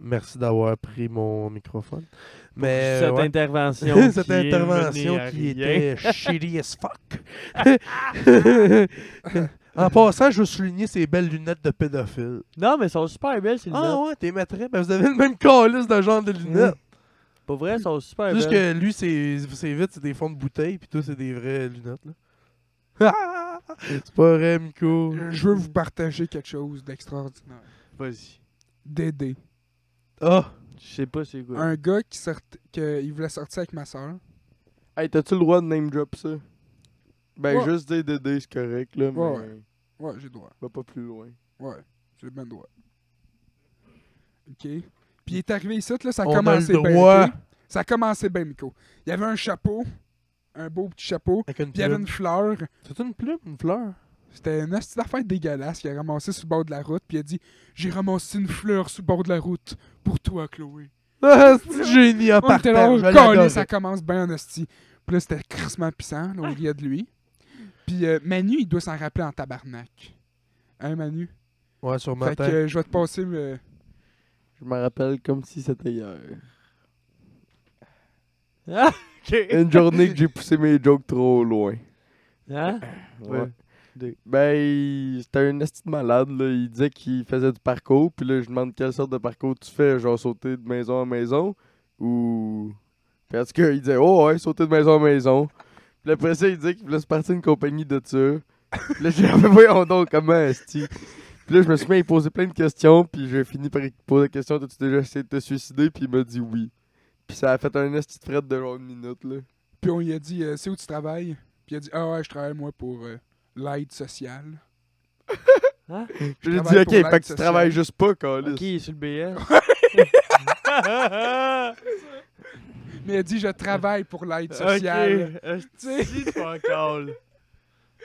S2: Merci d'avoir pris mon microphone. Mais.
S3: cette
S2: ouais.
S3: intervention.
S2: [laughs] Cette
S3: qui est
S2: intervention
S3: menée à
S2: qui
S3: rien.
S2: était [laughs] shitty as fuck. en passant, je veux souligner ces belles lunettes de pédophile.
S3: Non, mais elles sont super belles, ces lunettes.
S2: Ah ouais, t'es maîtresse. Ben, vous avez le même calice de genre de lunettes.
S3: Pour vrai, elles sont super
S2: Juste
S3: belles.
S2: que lui, c'est c'est vite, c'est des fonds de bouteille, puis toi, c'est des vraies lunettes. [laughs] là. c'est pas vrai, Miko.
S1: Je veux vous partager quelque chose d'extraordinaire.
S3: Vas-y.
S1: Dédé.
S2: Ah,
S3: Je sais pas c'est quoi.
S1: Un gars qui sortait, qu'il voulait sortir avec ma soeur.
S4: Hey, t'as-tu le droit de name drop ça? Ben,
S1: Ouais.
S4: juste des DD, c'est correct, là, mais
S1: Ouais, Ouais, j'ai le droit.
S4: va pas plus loin.
S1: Ouais, j'ai bien le droit. Ok. Puis il est arrivé ici, là, ça a
S2: on a
S1: commencé
S2: le
S1: bien.
S2: droit.
S1: ok? Ça a commencé bien, Miko. Il y avait un chapeau, un beau petit chapeau,
S2: Avec une
S1: puis il y avait
S2: plume.
S1: une fleur. [laughs]
S2: C'est une plume, une fleur.
S1: C'était une petite affaire dégueulasse qu'il a ramassé sur le bord de la route, puis il a dit J'ai ramassé une fleur sur le bord de la route pour toi, Chloé.
S2: Ah, c'est génie en
S1: On était là,
S2: partant.
S1: Oh,
S2: je l'adore.
S1: calé, ça commence bien en esti. Puis là, c'était crissement pissant, là, on riait de lui. Puis euh, Manu, il doit s'en rappeler en tabarnak. Hein, Manu
S2: Ouais, sûrement.
S1: Fait que
S2: attends.
S1: euh, je vais te passer. euh,
S4: Je me rappelle comme si c'était hier.
S2: Euh,
S3: Ah, [laughs] ok.
S4: Une journée que j'ai poussé mes jokes trop loin.
S3: Hein?
S4: Ouais.
S3: Ouais.
S4: Ben, il- c'était un esti de malade, là. Il disait qu'il faisait du parcours, puis là, je demande quelle sorte de parcours tu fais, genre sauter de maison en maison, ou... Parce que il disait, oh ouais, sauter de maison en maison. Puis après ça, il disait qu'il voulait se partir une compagnie de ça. Puis là, j'ai dit, Ah, ben voyons donc, comment, esti? Puis là, je me suis mis à lui poser plein de questions, puis j'ai fini par lui poser la question, t'as-tu déjà essayé de te suicider? Puis il m'a dit oui. Puis ça a fait un esti de fret de genre une minute, là.
S1: Puis on lui a dit, euh, c'est où tu travailles? Puis il a dit, ah ouais, je travaille moi pour euh, l'aide [laughs] sociale. Hein?
S4: Puis j'ai
S1: travaille
S4: dit, ok,
S1: pour l'aide
S4: fait que tu
S1: sociale.
S4: travailles juste pas, Calis.
S3: Ok, il est sur le BS.
S1: Mais il a dit, je travaille pour l'aide sociale.
S4: [laughs]
S3: Tu sais, pas encore.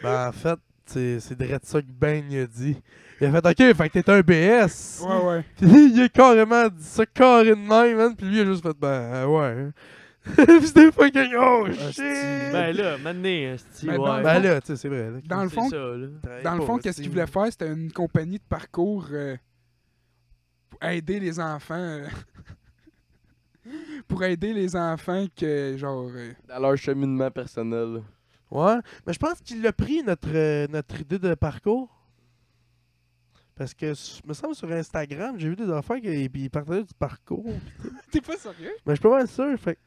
S2: Ben, en fait, c'est c'est Dredd ça que Ben il a dit. Il a fait OK, fait que t'es un BS.
S1: Ouais, ouais.
S2: Puis il a carrément dit ça carrément, man. hein. Puis lui, il a juste fait Ben, euh, ouais. [laughs] Puis c'était fucking oh shit.
S1: Hostie.
S2: Ben,
S3: Ben là, maintenant, esti,
S1: Ben,
S3: ouais.
S1: dans le
S2: là, tu sais, c'est vrai. là.
S1: Dans le
S3: C'est
S1: fond,
S3: ça, là.
S1: dans le fond, qu'est-ce qu'il voulait faire? C'était une compagnie de parcours euh, pour aider les enfants. euh, [laughs] pour aider les enfants que, genre. euh,
S4: Dans leur cheminement personnel.
S2: Ouais. Mais je pense qu'il a pris notre, euh, notre idée de parcours. Parce que, s- me semble, sur Instagram, j'ai vu des enfants qui puis ils partageaient du parcours.
S1: T'es pas sérieux?
S2: Mais je suis pas mal sûr. Fait que-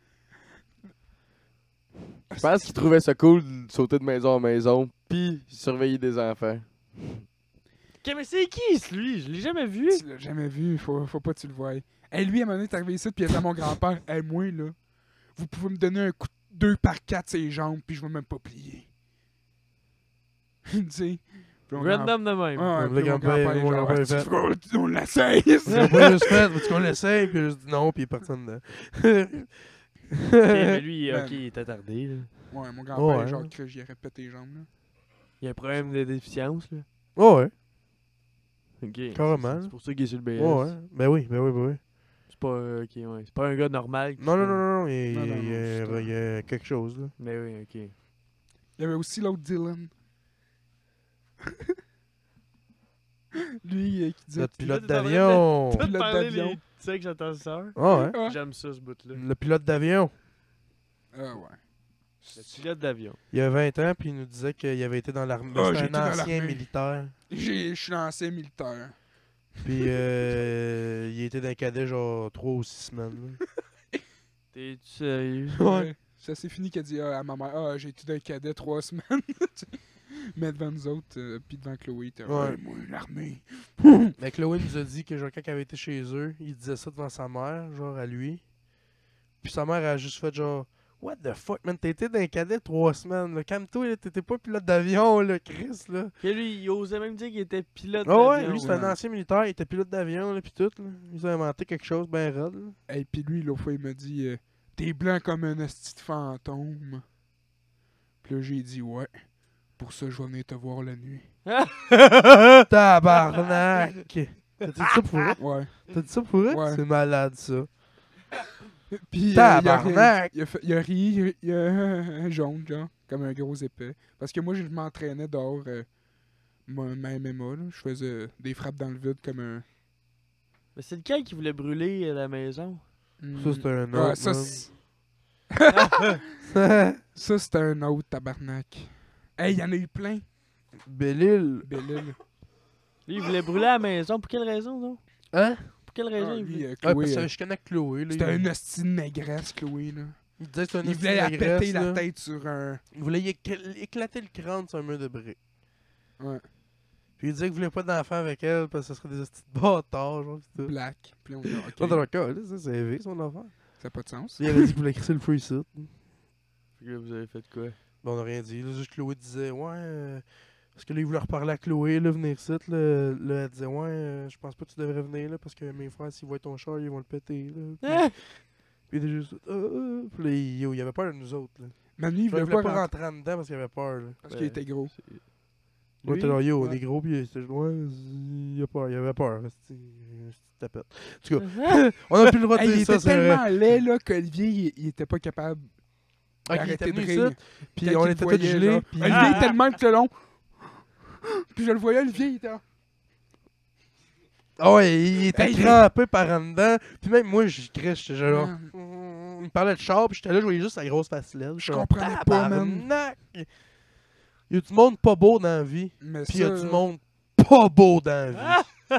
S4: Je pense qu'ils trouvaient ça cool de sauter de maison en maison, puis surveiller des enfants.
S3: Ok, mais c'est qui, ce, lui? Je l'ai jamais vu. [laughs]
S1: Tu l'as jamais vu, faut, faut pas que tu le voies. Et lui, à un moment donné, t'es arrivé ici, puis il a dit à mon grand-père, Hey, moi, là, vous pouvez me donner un coup de 2 par 4 ses jambes, puis je vais même pas plier. [laughs] tu sais? Puis mon
S3: Random de
S1: grand-
S3: même.
S1: Ouais, ouais, puis mon
S2: Le grand-père,
S1: grand-père,
S2: mon
S1: genre,
S2: grand-père,
S1: Ah,
S2: il fait-
S1: tu vois, on l'essaye! c'est-
S2: Ils ont pas juste fait, parce qu'on l'essaye, puis je dis non, puis personne ne.
S3: Ok, mais lui,
S1: Ben.
S3: ok, il est attardé, là.
S1: [laughs] Ouais, mon grand-père,
S2: Ouais.
S1: genre, que j'y aurais pété les jambes, là.
S3: Il y a un problème de déficience, là.
S2: [laughs] Oh ouais,
S3: Ok.
S2: Carrément.
S3: C'est pour ça qu'il est sur le BS.
S2: oh ouais. Ben oui, ben oui, ben oui.
S3: C'est pas, euh, ok, ouais. C'est pas un gars normal. qui
S2: Non, non,
S3: fait-
S2: non, non, non, il,
S1: Non, non, non,
S2: il y a-
S1: justement.
S2: il y a quelque chose, là.
S3: Mais oui, ok.
S1: Il y avait aussi l'autre Dylan. [laughs] Lui, euh, qui disait.
S2: Notre pilote
S3: tu devrais
S2: d'avion!
S3: Tu vas te
S1: Pilote
S3: parler
S1: d'avion.
S3: des- Tu sais que j'entends ça?
S2: Oh ouais,
S1: Ah
S3: J'aime ça, ce bout-là.
S2: le pilote d'avion.
S1: Ah ouais.
S3: Le pilote d'avion.
S2: Il y a 20 ans, puis il nous disait qu'il avait été dans l'armée.
S1: Ah, j'ai
S2: C'était
S1: été dans
S2: un ancien
S1: l'armée.
S2: militaire.
S1: J'ai- Je suis lancé militaire.
S2: Puis euh, [laughs] il était d'un cadet genre 3 ou 6 semaines. là.
S3: T'es sérieux?
S1: Ouais. Ça s'est Euh, fini qu'elle dit ah, à ma mère Ah, j'ai été d'un cadet trois [laughs] semaines. Mais devant nous autres, euh, puis devant Chloé, t'es
S2: Ouais.
S1: ouais. moi, l'armée.
S2: Mais Chloé nous a dit que genre, quand il avait été chez eux, il disait ça devant sa mère, genre à lui. Puis sa mère a juste fait genre What the fuck, man, t'as été d'un cadet 3 semaines, là. Calme-toi, là, t'étais pas pilote d'avion, là, Chris, là.
S3: Que lui, il osait même dire qu'il était pilote
S2: Ah ouais,
S3: d'avion.
S2: lui, c'est un
S1: ouais.
S2: ancien militaire, il était pilote d'avion, là, pis tout, là. Ils ont inventé quelque chose, ben raide, là.
S1: Et puis lui, l'autre fois, il m'a dit euh, T'es blanc comme un esti de fantôme. Puis là, j'ai dit Ouais. Pour ça, je vais venir te voir la nuit. [laughs]
S2: Tabarnak! T'as dit ça pour vrai?
S1: Ouais.
S2: T'as dit ça pour vrai?
S1: Ouais.
S2: C'est malade, ça.
S1: Puis, euh, il a-
S2: Tabarnak!
S1: Il a, fait- il a ri, il a [laughs] un jaune, genre, comme un gros épais. Parce que moi, je m'entraînais dehors, euh, ma, ma MMA, là. Je faisais des frappes dans le vide comme un.
S3: Mais c'est lequel qui voulait brûler euh, la maison?
S2: Ça, c'est un
S1: Ah,
S2: autre.
S1: ça, c'est-
S2: [laughs]
S1: ça, c'est un autre tabarnak. Hey, il y en a eu plein,
S2: Belle-Île.
S1: Bellil.
S3: Lui, il voulait brûler la maison. Pour quelle raison, non?
S2: Hein?
S3: Pour quelle raison
S1: Ah,
S3: il
S1: lui,
S3: voulait?
S1: euh,
S2: Ouais,
S1: Chloé,
S2: parce que
S1: euh,
S2: je connais Chloé, là.
S1: C'était
S2: il-
S1: une hostie de négresse, Chloé, là.
S2: Il disait que c'était une
S1: Il voulait la
S2: négresse,
S1: péter la
S2: là.
S1: tête sur un.
S2: Il voulait y écl- éclater le crâne sur un mur de briques.
S1: Ouais.
S2: Puis il disait qu'il voulait pas d'enfant avec elle, parce que ce serait des petits bâtards, genre, pis tout.
S1: black. Puis
S2: [laughs]
S1: là, on dit, OK,
S2: Pas dans le cas, là, hein, ça, c'est élevé, son enfant.
S1: ça n'a pas de sens.
S2: [laughs] Il avait dit qu'il voulait crisser le feu ici.
S3: Fait que là, euh, vous avez fait
S2: [laughs]
S3: quoi?
S2: Ben, on n'a rien dit. Là, juste Chloé disait, ouais. euh, parce que là, il voulait reparler à Chloé, là, venir ici. Là, là elle disait, ouais, euh, je pense pas que tu devrais venir, là, parce que mes frères, s'ils voient ton char, ils vont le péter, là.
S3: Ah!
S2: Puis, puis il était juste, Ah, ah. Puis là, il, yo, il avait peur de nous autres, là.
S1: Manu, il
S2: Genre,
S1: voulait
S2: il
S1: pas
S2: voulait pas
S1: rentrer
S2: rentrer en dedans parce qu'il avait peur, là.
S1: parce qu'il était gros.
S3: C'est-
S2: Moi,
S3: Lui,
S2: t'es là, yo, on
S3: ouais.
S2: est gros, puis il il a peur, il avait peur. c'est- euh, c'est tapette. En tout cas, on a plus le droit
S1: [laughs]
S2: de
S1: Hey, il
S2: dire ça,
S1: était
S2: c'est vrai.
S1: tellement laid là qu'Olivier il, il était pas capable
S2: Ok, il
S1: d'arrêter
S2: était
S1: de
S2: venu
S1: rire.
S2: ici, puis
S1: Quand
S2: on
S1: il le
S2: était tous
S1: voyait,
S2: gelés.
S1: là,
S2: puis-
S1: Olivier
S2: Ah!
S1: était le même tout le long. [gasps] Puis je le voyais, Olivier, il était. en-
S2: Ah ouais, il était
S1: Hey,
S2: crampé par en dedans. Puis même moi, je crée, j'étais genre.
S1: Man,
S2: Il me parlait de char, puis j'étais là, je voyais juste sa grosse facilette.
S1: Je comprenais pas, man.
S2: Il y a du monde pas beau dans la vie,
S1: Mais
S2: puis il y a
S1: ça, Ah!
S2: du
S1: là,
S2: monde pas beau dans la vie.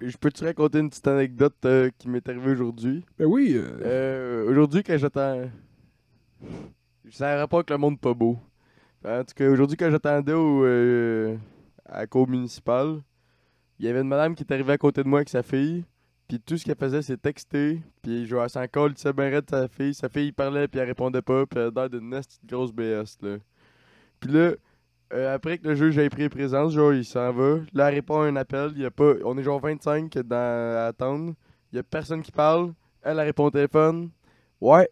S4: Je peux te raconter une petite anecdote euh, qui m'est arrivée aujourd'hui?
S1: Ben oui. euh,
S4: Euh, aujourd'hui, quand j'attends. Ça a rapport avec le monde pas beau. En tout cas, aujourd'hui, quand j'attendais au, euh, à la cour municipale, il y avait une madame qui est arrivée à côté de moi avec sa fille. Puis tout ce qu'elle faisait, c'est texter. Puis je vois, elle s'en colle, tu bien raide, sa fille. Sa fille, il parlait, puis elle répondait pas. Puis elle a l'air d'une nasty grosse BS, là. Puis là, euh, après que le juge ait pris présence, genre, il s'en va. Là, elle répond à un appel. Il y a pas... On est genre 25 dans... à attendre. Il y a personne qui parle. Elle, elle répond au téléphone. Ouais.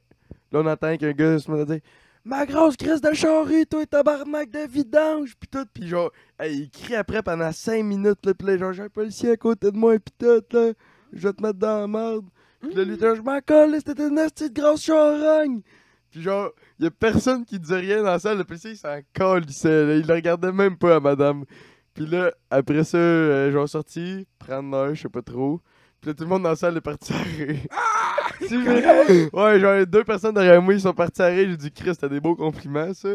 S4: Là, on attend qu'un gars se mette à dire Ma grosse crise de charrue, toi, tabarnak de vidange, pis tout. Pis genre, hey, il crie après pendant 5 minutes, là, pis là, genre, j'ai un policier à côté de moi, pis tout, là. Je vais te mettre dans la merde. Pis
S3: Mm.
S4: là, lui, genre, je m'en colle, là, c'était une petite grosse charogne. Pis genre, y a personne qui disait rien dans la salle. Le policier, il s'en collissait, là. Il le regardait même pas à madame. Pis là, après ça, euh, genre, sorti, prendre l'heure, je sais pas trop. Pis là, tout le monde dans la salle est parti arrêter.
S3: Ah! [laughs]
S4: C'est vrai? Ouais, genre, les deux personnes derrière moi, ils sont partis arrêter. J'ai dit, Chris, t'as des beaux compliments, ça.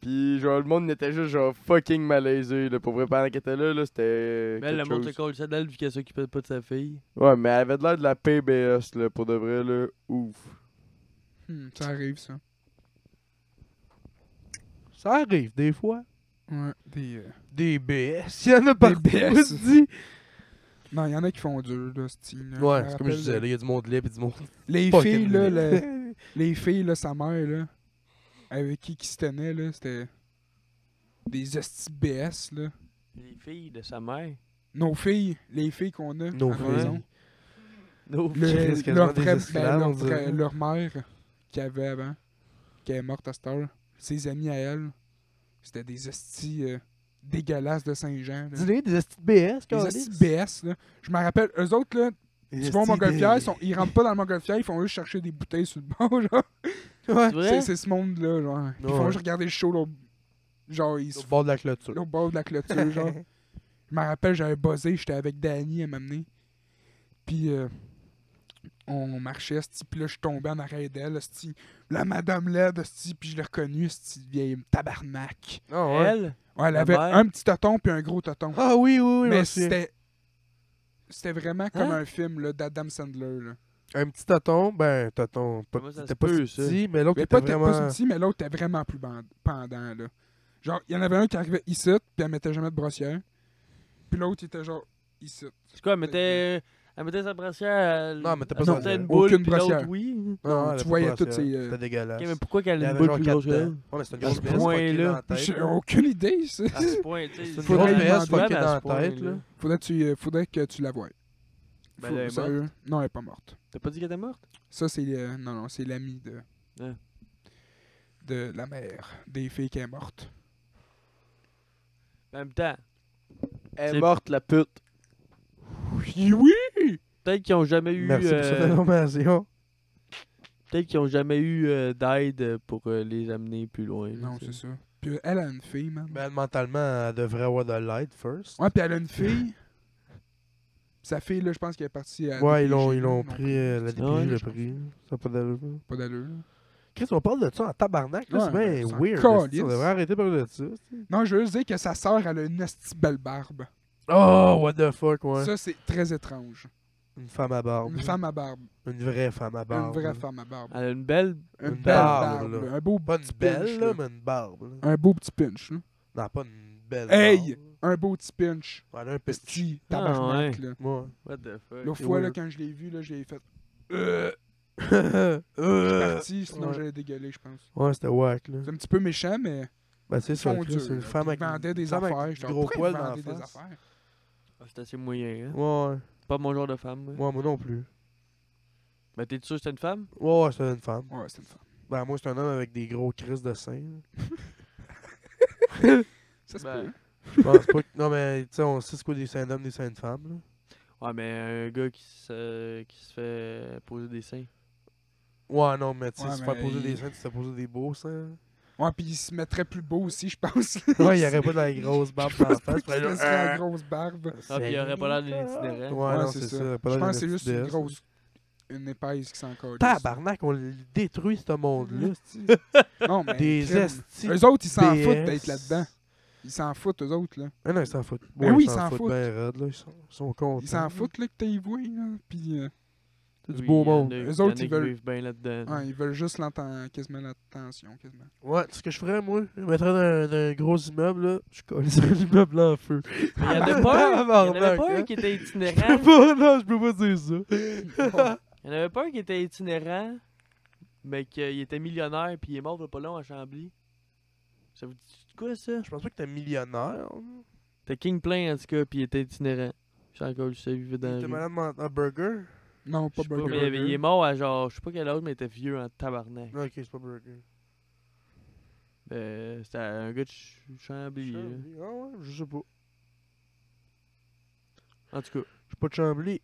S4: Puis, genre, le monde était juste, genre, fucking malaisé, là. Pour vrai, pendant qu'elle était là, là, c'était. euh,
S3: Mais elle, le
S4: quelque
S3: monde
S4: chose.
S3: te colle ça d'elle vu qu'elle s'occupait pas de sa fille.
S4: Ouais, mais elle avait de l'air de la PBS, là, pour de vrai, là. Ouf.
S1: hmm, ça arrive, ça.
S2: Ça arrive des fois.
S1: Ouais. Des, euh,
S2: Des BS, il y en a partout,
S1: BS.
S2: je te dis.
S1: Non, il y en a qui font dur, là, style. là.
S2: Ouais,
S1: me
S2: c'est comme je
S1: rappelle,
S2: disais,
S1: là,
S2: là, il y a du monde laid, puis du monde
S1: Les
S2: fucking
S1: filles, là,
S2: laid. [laughs]
S1: la- les filles, là, sa mère, là, avec qui qui se tenait, là, c'était des hosties BS, là.
S3: Les filles de sa mère.
S1: Nos filles, les filles qu'on a
S2: Nos
S1: à la
S2: filles.
S1: maison.
S3: No.
S1: Le-
S2: Qui restent quasiment
S1: leur,
S2: des
S1: vraie- ben,
S2: esclaves,
S1: leur
S2: on dirait.
S1: vraie- leur mère qu'il y avait avant, qui est morte à cette heure, ses amis à elle, c'était des hosties euh, dégueulasses de Saint-Jean. là.
S2: Dis-le, des petites
S1: Des
S2: BS, quand
S1: hosties BS, là. Je me rappelle, eux autres, là, tu vas en Montgolfière, ils sont- ils rentrent pas dans le Montgolfière, ils font juste chercher des bouteilles sur le bord, [laughs] genre.
S2: Ah,
S3: C'est vrai?
S1: C'est c'est ce monde-là, genre. Ils
S2: Ouais.
S1: font juste regarder le show, là, au- genre, ils se
S2: Au bord de la clôture.
S1: au bord de la clôture,
S3: [laughs]
S1: genre. Je me rappelle, j'avais buzzé, j'étais avec Danny à m'amener. Puis euh, on marchait, esti, puis là, je tombais en arrêt d'elle, esti. la madame laide, esti, puis je l'ai reconnue, cette vieille tabarnak.
S2: Ah ouais.
S3: Elle?
S1: Ouais, elle
S3: La
S1: avait
S3: mère?
S1: un petit toton puis un gros toton.
S2: Ah oui, oui, oui.
S1: Mais
S2: j'en sais.
S1: c'était... C'était vraiment comme
S3: Hein?
S1: un film là, d'Adam Sandler. Là.
S2: Un petit tonton, ben, tonton, pas,
S3: Comment ça
S2: t'étais
S3: se
S2: pas si
S3: peut, ça?
S2: petit, mais l'autre
S1: Mais
S2: était
S1: pas, vraiment...
S2: vraiment...
S1: pas petit, mais l'autre était vraiment plus ban- pendant. Là. Genre, il y en avait un qui arrivait ici, puis elle mettait jamais de brossière. Puis l'autre, il était genre ici.
S3: C'est quoi, elle mettait, elle mettait sa brassière, elle
S2: Non, elle mettait pas
S3: elle
S2: sa
S3: sortait
S2: brassière.
S3: une boule,
S1: Aucune
S3: puis l'autre,
S1: brassière.
S3: oui.
S2: Non,
S1: Non,
S2: elle
S1: tu
S2: était
S1: voyais
S2: pas
S1: toutes
S2: grossière.
S1: ces, euh,
S2: C'était dégueulasse.
S3: Ok, mais pourquoi qu'elle
S2: Il y
S3: a une
S2: avait
S3: boule
S2: genre
S3: plus
S2: quatre
S3: grosse que
S2: dents.
S3: elle?
S2: Ouais, mais c'est une
S3: À
S2: grosse
S3: ce
S2: BS fuckée
S3: point-là.
S2: dans la tête,
S1: J'ai
S2: là.
S1: aucune idée. ça.
S3: À ce point, tu sais.
S2: C'est une
S1: Faudrait
S2: grosse
S1: lui
S2: BS
S1: demander,
S2: fuckée dans la tête, là.
S1: Faudrait, que tu, euh, faudrait que tu la voies.
S3: Ben,
S1: Faut-
S3: elle est
S1: sérieux. Non, elle n'est pas morte.
S3: T'as pas dit qu'elle était morte?
S1: Ça, c'est euh, non, non, c'est l'ami de,
S3: Ah.
S2: Hein?
S1: de la mère des filles qui est morte.
S3: En même temps,
S4: Elle
S3: C'est-
S4: est morte, la pute.
S1: Oui, oui!
S3: peut-être qu'ils ont jamais eu.
S2: Merci pour cette [laughs]
S3: euh,
S2: information.
S3: Peut-être qu'ils ont jamais eu euh, d'aide pour euh, les amener plus loin. là,
S1: Non,
S3: tu
S1: c'est ça.
S3: sais.
S1: Puis euh, elle a une fille, man.
S2: Mais elle, Ben, mentalement, elle devrait avoir de l'aide, first.
S1: Ouais, puis elle a une fille. Sa fille, là, je pense qu'elle est partie à.
S2: Ouais,
S1: DPJ,
S2: ils l'ont, ils l'ont
S1: là,
S2: pris, euh, la
S3: Ah
S2: DPJ
S3: ouais,
S2: l'a
S1: je pense.
S2: pris. Ça a pas d'allure.
S1: Pas d'allure, là.
S2: Chris, on parle de ça en tabarnak, là,
S1: Ouais,
S2: c'est
S1: mais
S2: bien
S1: c'est
S2: weird.
S1: encore
S2: esti, On
S1: lisse.
S2: devrait arrêter de parler de ça.
S1: Non, je veux juste dire que sa sœur, elle a une esti belle barbe.
S2: Oh, what the fuck, ouais.
S1: Ça, c'est très étrange.
S2: Une femme à barbe.
S1: Une femme à barbe.
S2: Une vraie femme à barbe.
S1: une vraie
S2: là.
S1: femme à barbe.
S3: Elle a une belle.
S1: Une,
S2: Une
S1: belle barbe.
S2: barbe, là.
S1: Un beau
S2: Pas une
S1: petit
S2: belle,
S1: pinch,
S2: là,
S1: là.
S2: mais une barbe. là.
S1: Un beau petit pinch, là.
S2: Non, pas une belle
S1: Hey!
S2: barbe.
S1: Un beau petit pinch.
S2: Ouais, elle a un petit. Ah,
S1: Petit tabarnak, là.
S2: Moi.
S3: What the fuck?
S1: L'autre
S2: c'est
S1: fois, là,
S2: weird.
S1: quand je l'ai vu, là, j'ai fait... Euh. C'est
S2: [laughs] Euh.
S1: parti, sinon
S2: ouais.
S1: j'allais dégueuler, je pense.
S2: Ouais, c'était whack, là.
S1: C'est un petit peu méchant, mais...
S2: Ben, c'est ça,
S1: Mon
S2: Chris,
S1: Dieu,
S2: c'est une
S1: là,
S2: femme
S1: qui
S2: avec.
S1: vendait des
S2: une femme avec
S1: affaires.
S2: du
S1: J'étais
S2: gros poil dans
S1: vendait
S2: la
S1: des
S2: face.
S1: affaires.
S3: Ah, C'est assez moyen, hein?
S2: Ouais, ouais.
S3: Pas mon genre de femme. moi.
S2: Moi, moi non plus.
S3: Mais t'es sûr que c'est une femme?
S2: Ouais, ouais, c'est une femme.
S1: Ouais, c'est une femme.
S2: Ben, moi, c'est un homme avec des gros crises de sein. là.
S1: Ça se
S3: Ben,
S1: peut.
S2: Je pense pas que...
S1: [laughs]
S2: Non, mais tu sais, on sait ce quoi des seins d'hommes, des seins de femmes. là.
S3: Ouais, mais un gars qui se, qui se fait poser des seins.
S2: Ouais, non, mais tu sais,
S1: Ouais,
S2: se faire
S1: mais
S2: poser
S1: il-
S2: des seins, tu te poser des beaux seins.
S1: Ouais, puis il se mettrait plus beau aussi, je pense.
S2: [laughs] Ouais, il y aurait pas de [laughs] la grosse barbe dans la face. hein.
S1: Il se laisserait la grosse barbe.
S3: Ah, puis il aurait pas l'air d'un itinérant.
S2: Ouais, non, c'est ça. il aurait pas
S1: Je
S2: l'air
S1: pense que c'est
S2: d'un
S1: juste une
S2: itinérant.
S1: grosse. Une épaisse qui s'en calisse.
S2: Tabarnak, on le détruit, ce monde-là. c'est-tu.
S1: Non, mais.
S2: Des
S1: Mmh. Ben, crime.
S2: estis.
S1: Eux autres, ils s'en
S2: PS.
S1: foutent d'être là-dedans. Ils s'en foutent, eux autres, là.
S2: Ah non, ils s'en foutent.
S1: Ben
S2: Ouais,
S1: oui,
S2: ils s'en foutent. Ben, raide, là, ils sont, ils sont contents.
S1: Ils s'en foutent, là, que t'es voué, là. Puis, euh,
S2: C'est du
S3: Oui,
S2: beau
S3: il y en
S2: monde.
S3: a-
S1: Eux
S3: il y
S1: autres,
S3: en a
S1: ils
S3: qui
S1: veulent-
S3: vivent bien là-dedans.
S1: ouais, ils veulent juste l'entendre, quasiment l'attention, quasiment.
S2: Ouais, ce que je ferais, moi, je mettrais dans, dans un gros immeuble, là, je collerais [laughs] l'immeuble en feu.
S3: Mais il y
S2: [laughs]
S3: en a pas un, il y en avait
S2: Tabarnak,
S3: pas un
S2: hein.
S3: qui
S2: Je
S3: était
S2: peux
S3: itinérant.
S2: pas, non, je peux pas dire ça.
S3: Il y en avait pas un qui était itinérant, mais qu'il était millionnaire puis il est mort le pas long à Chambly. Ça vous dit de quoi ça?
S2: [laughs] Je pense pas que t'es millionnaire.
S3: T'as King Plain en tout cas puis il était itinérant. Je sais encore, je sais, il vivait dans
S2: T'es
S3: la rue.
S2: malade man- un burger?
S1: Non,
S3: Je
S1: pas
S3: sais pas, mais
S1: Burger.
S3: il avait- il est mort à genre, je sais pas quel âge, mais il était vieux en tabarnak.
S2: Non, ok, c'est pas burger.
S3: Euh, C'était un gars de Ch- Chambly. euh. là.
S1: euh,
S2: Chambly. Ah ouais, je sais pas.
S3: En tout cas,
S2: Je suis pas de Chambly.